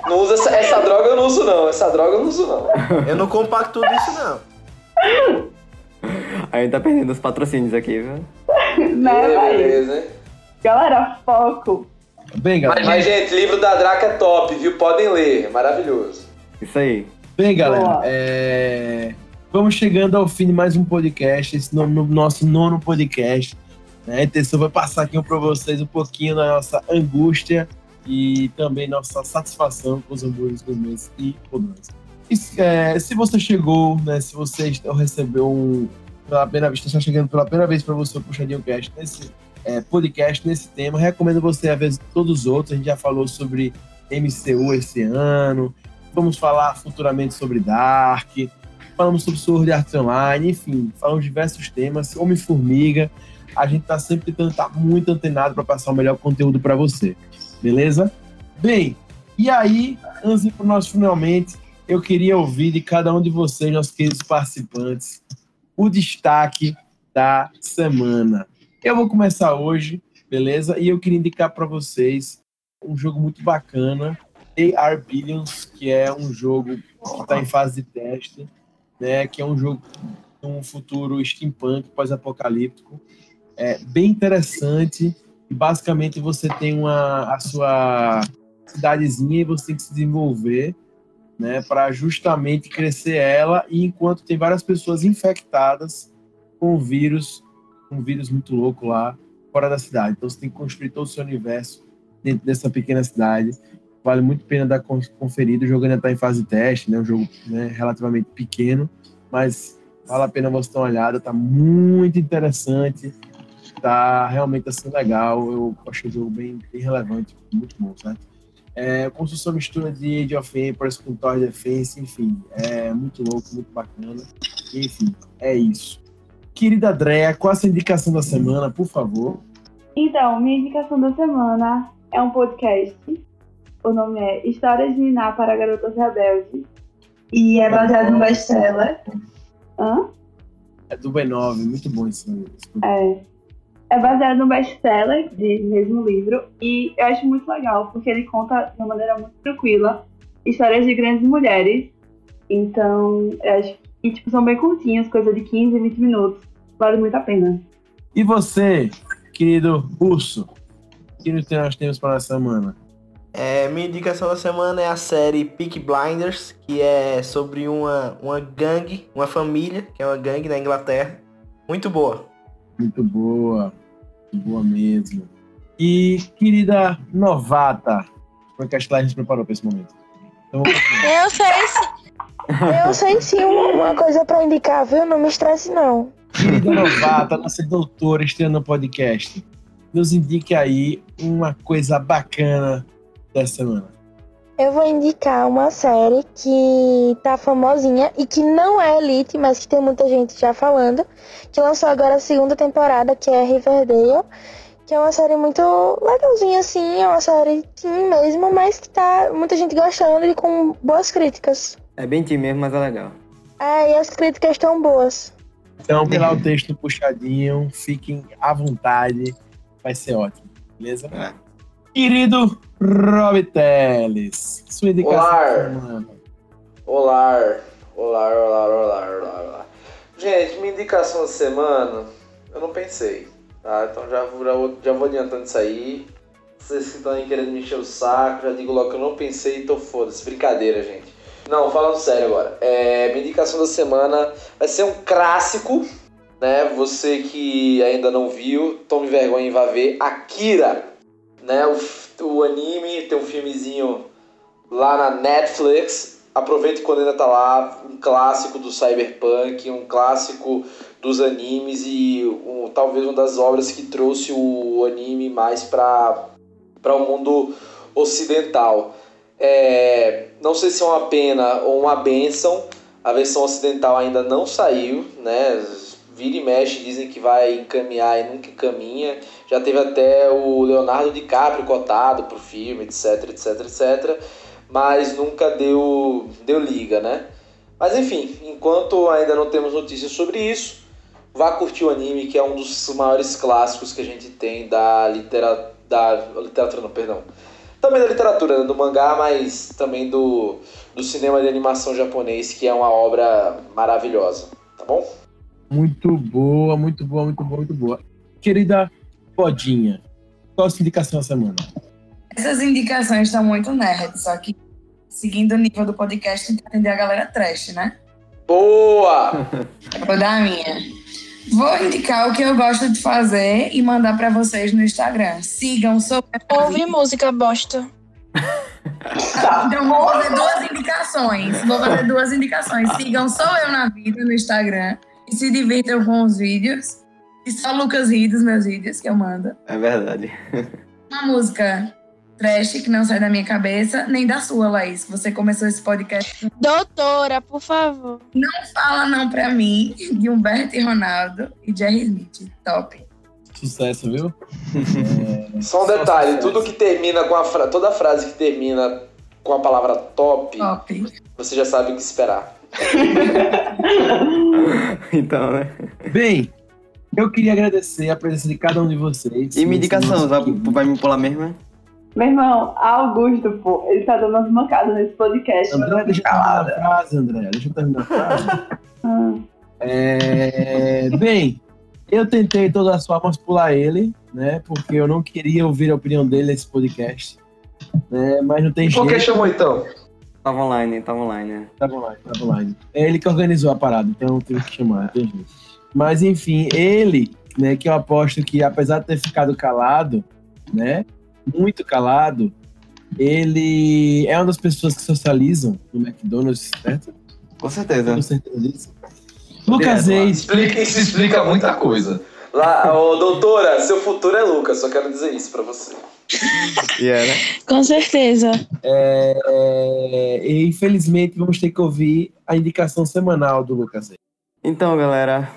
S4: Não usa essa, essa droga, eu não uso, não. Essa droga eu não uso, não.
S5: Eu não compacto tudo isso não.
S2: A gente tá perdendo os patrocínios aqui, viu?
S3: Né,
S4: É,
S3: vai.
S4: beleza, hein?
S3: Galera, foco.
S1: Bem, galera.
S4: Mas, gente, livro da Draca é top, viu? Podem ler. é Maravilhoso.
S2: Isso aí.
S1: Bem, galera,
S3: Boa.
S1: é, vamos chegando ao fim de mais um podcast, esse nono, nosso nono podcast. né? A intenção vai passar aqui para vocês um pouquinho da nossa angústia e também nossa satisfação com os hambúrgueres gourmets e podões. E se- é, se você chegou, né, se você est- recebeu um, pela primeira vez, está chegando pela primeira vez para você o Puxadinho Cast nesse é, podcast, nesse tema, recomendo você a vez todos os outros. A gente já falou sobre MCU esse ano, Vamos falar futuramente sobre Dark, falamos sobre Sword Art Online, enfim, falamos diversos temas. Homem-Formiga, a gente tá sempre tentando estar muito antenado para passar o melhor conteúdo para você, beleza? Bem, e aí, antes de ir pro nosso finalmente, eu queria ouvir de cada um de vocês, nossos queridos participantes, o destaque da semana. Eu vou começar hoje, beleza? E eu queria indicar para vocês um jogo muito bacana They Are Billions, que é um jogo que está em fase de teste, né? Que é um jogo de um futuro steampunk pós-apocalíptico, é bem interessante. E basicamente você tem uma a sua cidadezinha e você tem que se desenvolver, né? Para justamente crescer ela e enquanto tem várias pessoas infectadas com o vírus, um vírus muito louco lá fora da cidade. Então você tem que construir todo o seu universo dentro dessa pequena cidade vale muito a pena dar con- conferida. O jogo ainda está em fase de teste, né? Um jogo né, relativamente pequeno, mas vale a pena você dar uma olhada. Tá muito interessante, tá realmente assim legal. Eu achei o jogo bem, bem relevante, muito bom, certo? É, como se fosse uma mistura de Age of Empires com Tower Defense, enfim, é muito louco, muito bacana. Enfim, é isso. Querida Andréa, qual a sua indicação da semana, por favor?
S3: Então, minha indicação da semana é um podcast. O nome é Histórias de Iná para Garotas Rebeldes. E é baseado no best-seller. Hã?
S1: É do B9, muito bom esse, esse
S3: É. É baseado num best-seller de mesmo livro e eu acho muito legal porque ele conta de uma maneira muito tranquila histórias de grandes mulheres. Então, eu acho e tipo são bem curtinhas, coisa de 15, 20 minutos. Vale muito a pena.
S1: E você, querido urso, que nos tem- nós temos para essa semana?
S5: É, minha indicação da semana é a série Peak Blinders, que é sobre uma, uma gangue, uma família, que é uma gangue na Inglaterra. Muito boa.
S1: Muito boa, muito boa mesmo. E querida novata, como é que a Schlein se preparou para esse momento? Então, vamos continuar.
S6: Eu sei se... Eu sei sim uma coisa pra indicar, viu? Não me estresse, não.
S1: Querida novata, nossa doutora estreando no podcast, nos indique aí uma coisa bacana dessa semana.
S6: Eu vou indicar uma série que tá famosinha e que não é Elite, mas que tem muita gente já falando, que lançou agora a segunda temporada, que é Riverdale, que é uma série muito legalzinha, assim, é uma série teen mesmo, mas que tá muita gente gostando e com boas críticas.
S2: É bem time mesmo, mas é legal.
S6: É, e as críticas estão boas.
S1: Então, tem lá o texto puxadinho, fiquem à vontade, vai ser ótimo, beleza? Querido Rob Teles, sua indicação.
S4: Olá.
S1: da semana.
S4: Olá, olá, olá, olá, olá, olá. Gente, minha indicação da semana, eu não pensei, tá? Então já, vou- já, vou- já vou adiantando isso aí. Vocês que estão aí querendo me encher o saco, já digo logo que eu não pensei e tô foda-se. Brincadeira, gente. Não, falando sério agora. É, minha indicação da semana vai ser um clássico, né? Você que ainda não viu, tome vergonha e vá ver Akira, né? O, f- o anime tem um filmezinho lá na Netflix. Aproveite quando ainda tá lá, um clássico do cyberpunk, um clássico dos animes e um- talvez uma das obras que trouxe o anime mais para para o mundo ocidental. É, não sei se é uma pena ou uma benção. A versão ocidental ainda não saiu, né? Vira e mexe, dizem que vai caminhar e nunca caminha. Já teve até o Leonardo DiCaprio cotado pro filme, etc, etc, etc mas nunca deu, deu liga, né? Mas enfim, enquanto ainda não temos notícias sobre isso, vá curtir o anime, que é um dos maiores clássicos que a gente tem da, litera, da literatura, não, perdão. Também da literatura, né, do mangá, mas também do, do cinema de animação japonês, que é uma obra maravilhosa, tá bom?
S1: Muito boa, muito boa, muito boa, muito boa. Querida Podinha, qual a sua indicação da semana?
S7: Essas indicações estão muito nerd, só que seguindo o nível do podcast, tem que atender a galera trash, né?
S4: [LAUGHS] Boa!
S7: Vou dar a minha. Vou indicar o que eu gosto de fazer e mandar pra vocês no Instagram. Sigam, sou.
S6: Ouve música bosta.
S7: Então vou fazer duas indicações. Vou fazer duas indicações. Sigam Sou Eu na Vida no Instagram e se divirtam com os vídeos. E só Lucas ri dos meus vídeos que eu mando.
S2: É verdade.
S7: Uma música trash que não sai da minha cabeça, nem da sua, Laís. Você começou esse podcast.
S6: Doutora, por favor.
S7: Não fala não pra mim, de Humberto e Ronaldo e Jerry Smith. Top.
S1: Sucesso, viu?
S4: Só um detalhe, tudo que termina com a fra... toda frase que termina com a palavra top,
S7: Top.
S4: você já sabe o que esperar.
S2: [LAUGHS] Então, né?
S1: Bem, eu queria agradecer a presença de cada um de vocês.
S2: E minha indicação, vai, vai me pular mesmo, né?
S3: Meu irmão, Augusto, pô, ele tá dando umas mancadas nesse podcast.
S1: André, deixa eu terminar a frase, André. Deixa eu terminar a frase.
S3: Ah,
S1: É, bem, eu tentei de todas as formas pular ele, né? Porque eu não queria ouvir a opinião dele nesse podcast. Né, mas não tem
S4: Por que
S1: jeito.
S4: chamou então?
S2: Tava online, tava online, né?
S1: Tava online, tava online. É ele que organizou a parada, então eu tive que chamar, não tem jeito. Mas enfim, ele, né, que eu aposto que apesar de ter ficado calado, né, muito calado, ele é uma das pessoas que socializam no McDonald's, certo?
S2: Com certeza.
S1: Com certeza disso. Lucas
S2: Eduardo.
S1: Reis,
S4: Explica, isso explica muita coisa. Lá, ô, doutora, seu futuro é Lucas, só quero dizer isso pra você.
S2: E é, né?
S6: Com certeza.
S1: É, e infelizmente vamos ter que ouvir a indicação semanal do Lucas. aí.
S2: Então, galera,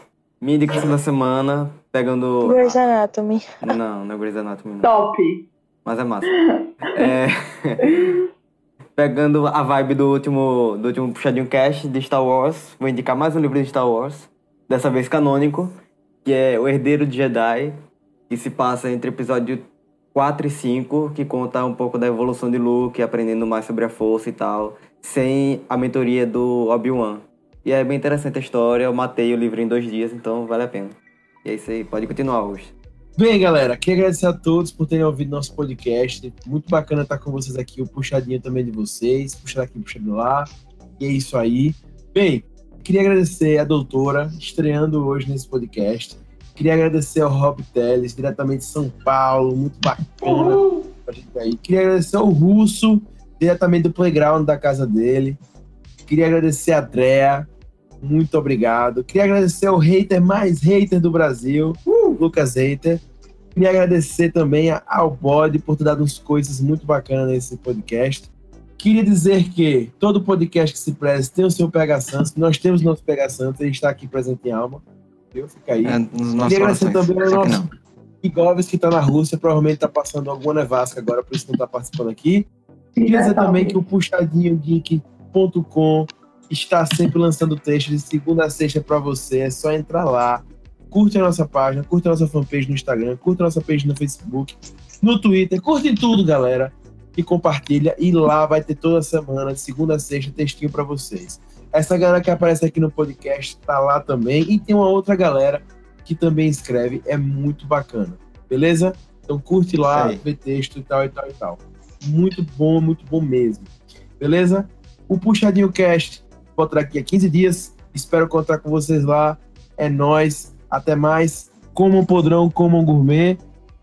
S2: minha indicação da semana, pegando.
S6: Grey's Anatomy.
S2: Não, não é Grey's Anatomy, não.
S3: top.
S2: Mas é massa. É, [LAUGHS] Pegando a vibe do último, do último puxadinho cast de Star Wars, vou indicar mais um livro de Star Wars, dessa vez canônico, que é O Herdeiro de Jedi, que se passa entre episódio 4 e 5, que conta um pouco da evolução de Luke, aprendendo mais sobre a força e tal, sem a mentoria do Obi-Wan. E é bem interessante a história, eu matei o livro em dois dias, então vale a pena. E é isso aí, pode continuar, Augusto.
S1: Bem, galera, queria agradecer a todos por terem ouvido nosso podcast. Muito bacana estar com vocês aqui, o puxadinho também de vocês, puxar aqui, puxando lá. E é isso aí. Bem, queria agradecer a doutora estreando hoje nesse podcast. Queria agradecer ao Rob Teles, diretamente de São Paulo, muito bacana pra gente aí. Queria agradecer ao Russo, diretamente do playground da casa dele. Queria agradecer a Drea, muito obrigado. Queria agradecer ao hater mais hater do Brasil, uh, Lucas Hater. Queria agradecer também a- ao Bode por ter dado uns coisas muito bacanas nesse podcast. Queria dizer que todo podcast que se preze tem o seu PH Santos, nós temos o nosso PH Santos, ele está aqui presente em alma. Eu fico aí.
S9: É, nos
S1: Queria
S9: nossos
S1: agradecer
S9: corações.
S1: também ao
S9: Só que
S1: nosso-
S9: não.
S1: E Goves, que está na Rússia, provavelmente está passando alguma nevasca agora, por isso não está participando aqui. Queria dizer também que o puxadinhogeek.com está sempre lançando texto de segunda a sexta para você. É só entrar lá. Curte a nossa página, curte a nossa fanpage no Instagram, curte a nossa page no Facebook, no Twitter, curte tudo, galera. E compartilha. E lá vai ter toda semana, de segunda a sexta, textinho para vocês. Essa galera que aparece aqui no podcast tá lá também. E tem uma outra galera que também escreve. É muito bacana. Beleza? Então curte lá,
S9: Isso aí.
S1: vê texto e tal e tal e tal. Muito bom, muito bom mesmo. Beleza? O Puxadinho Cast voltará aqui a 15 dias. Espero contar com vocês lá. É nóis. Até mais. Comam podrão, comam gourmet.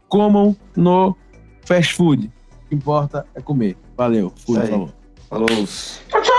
S1: Comam no fast food. O que importa é comer. Valeu. Fui,
S9: Isso aí.
S1: falou.
S9: Falou.
S2: Tchau, tchau.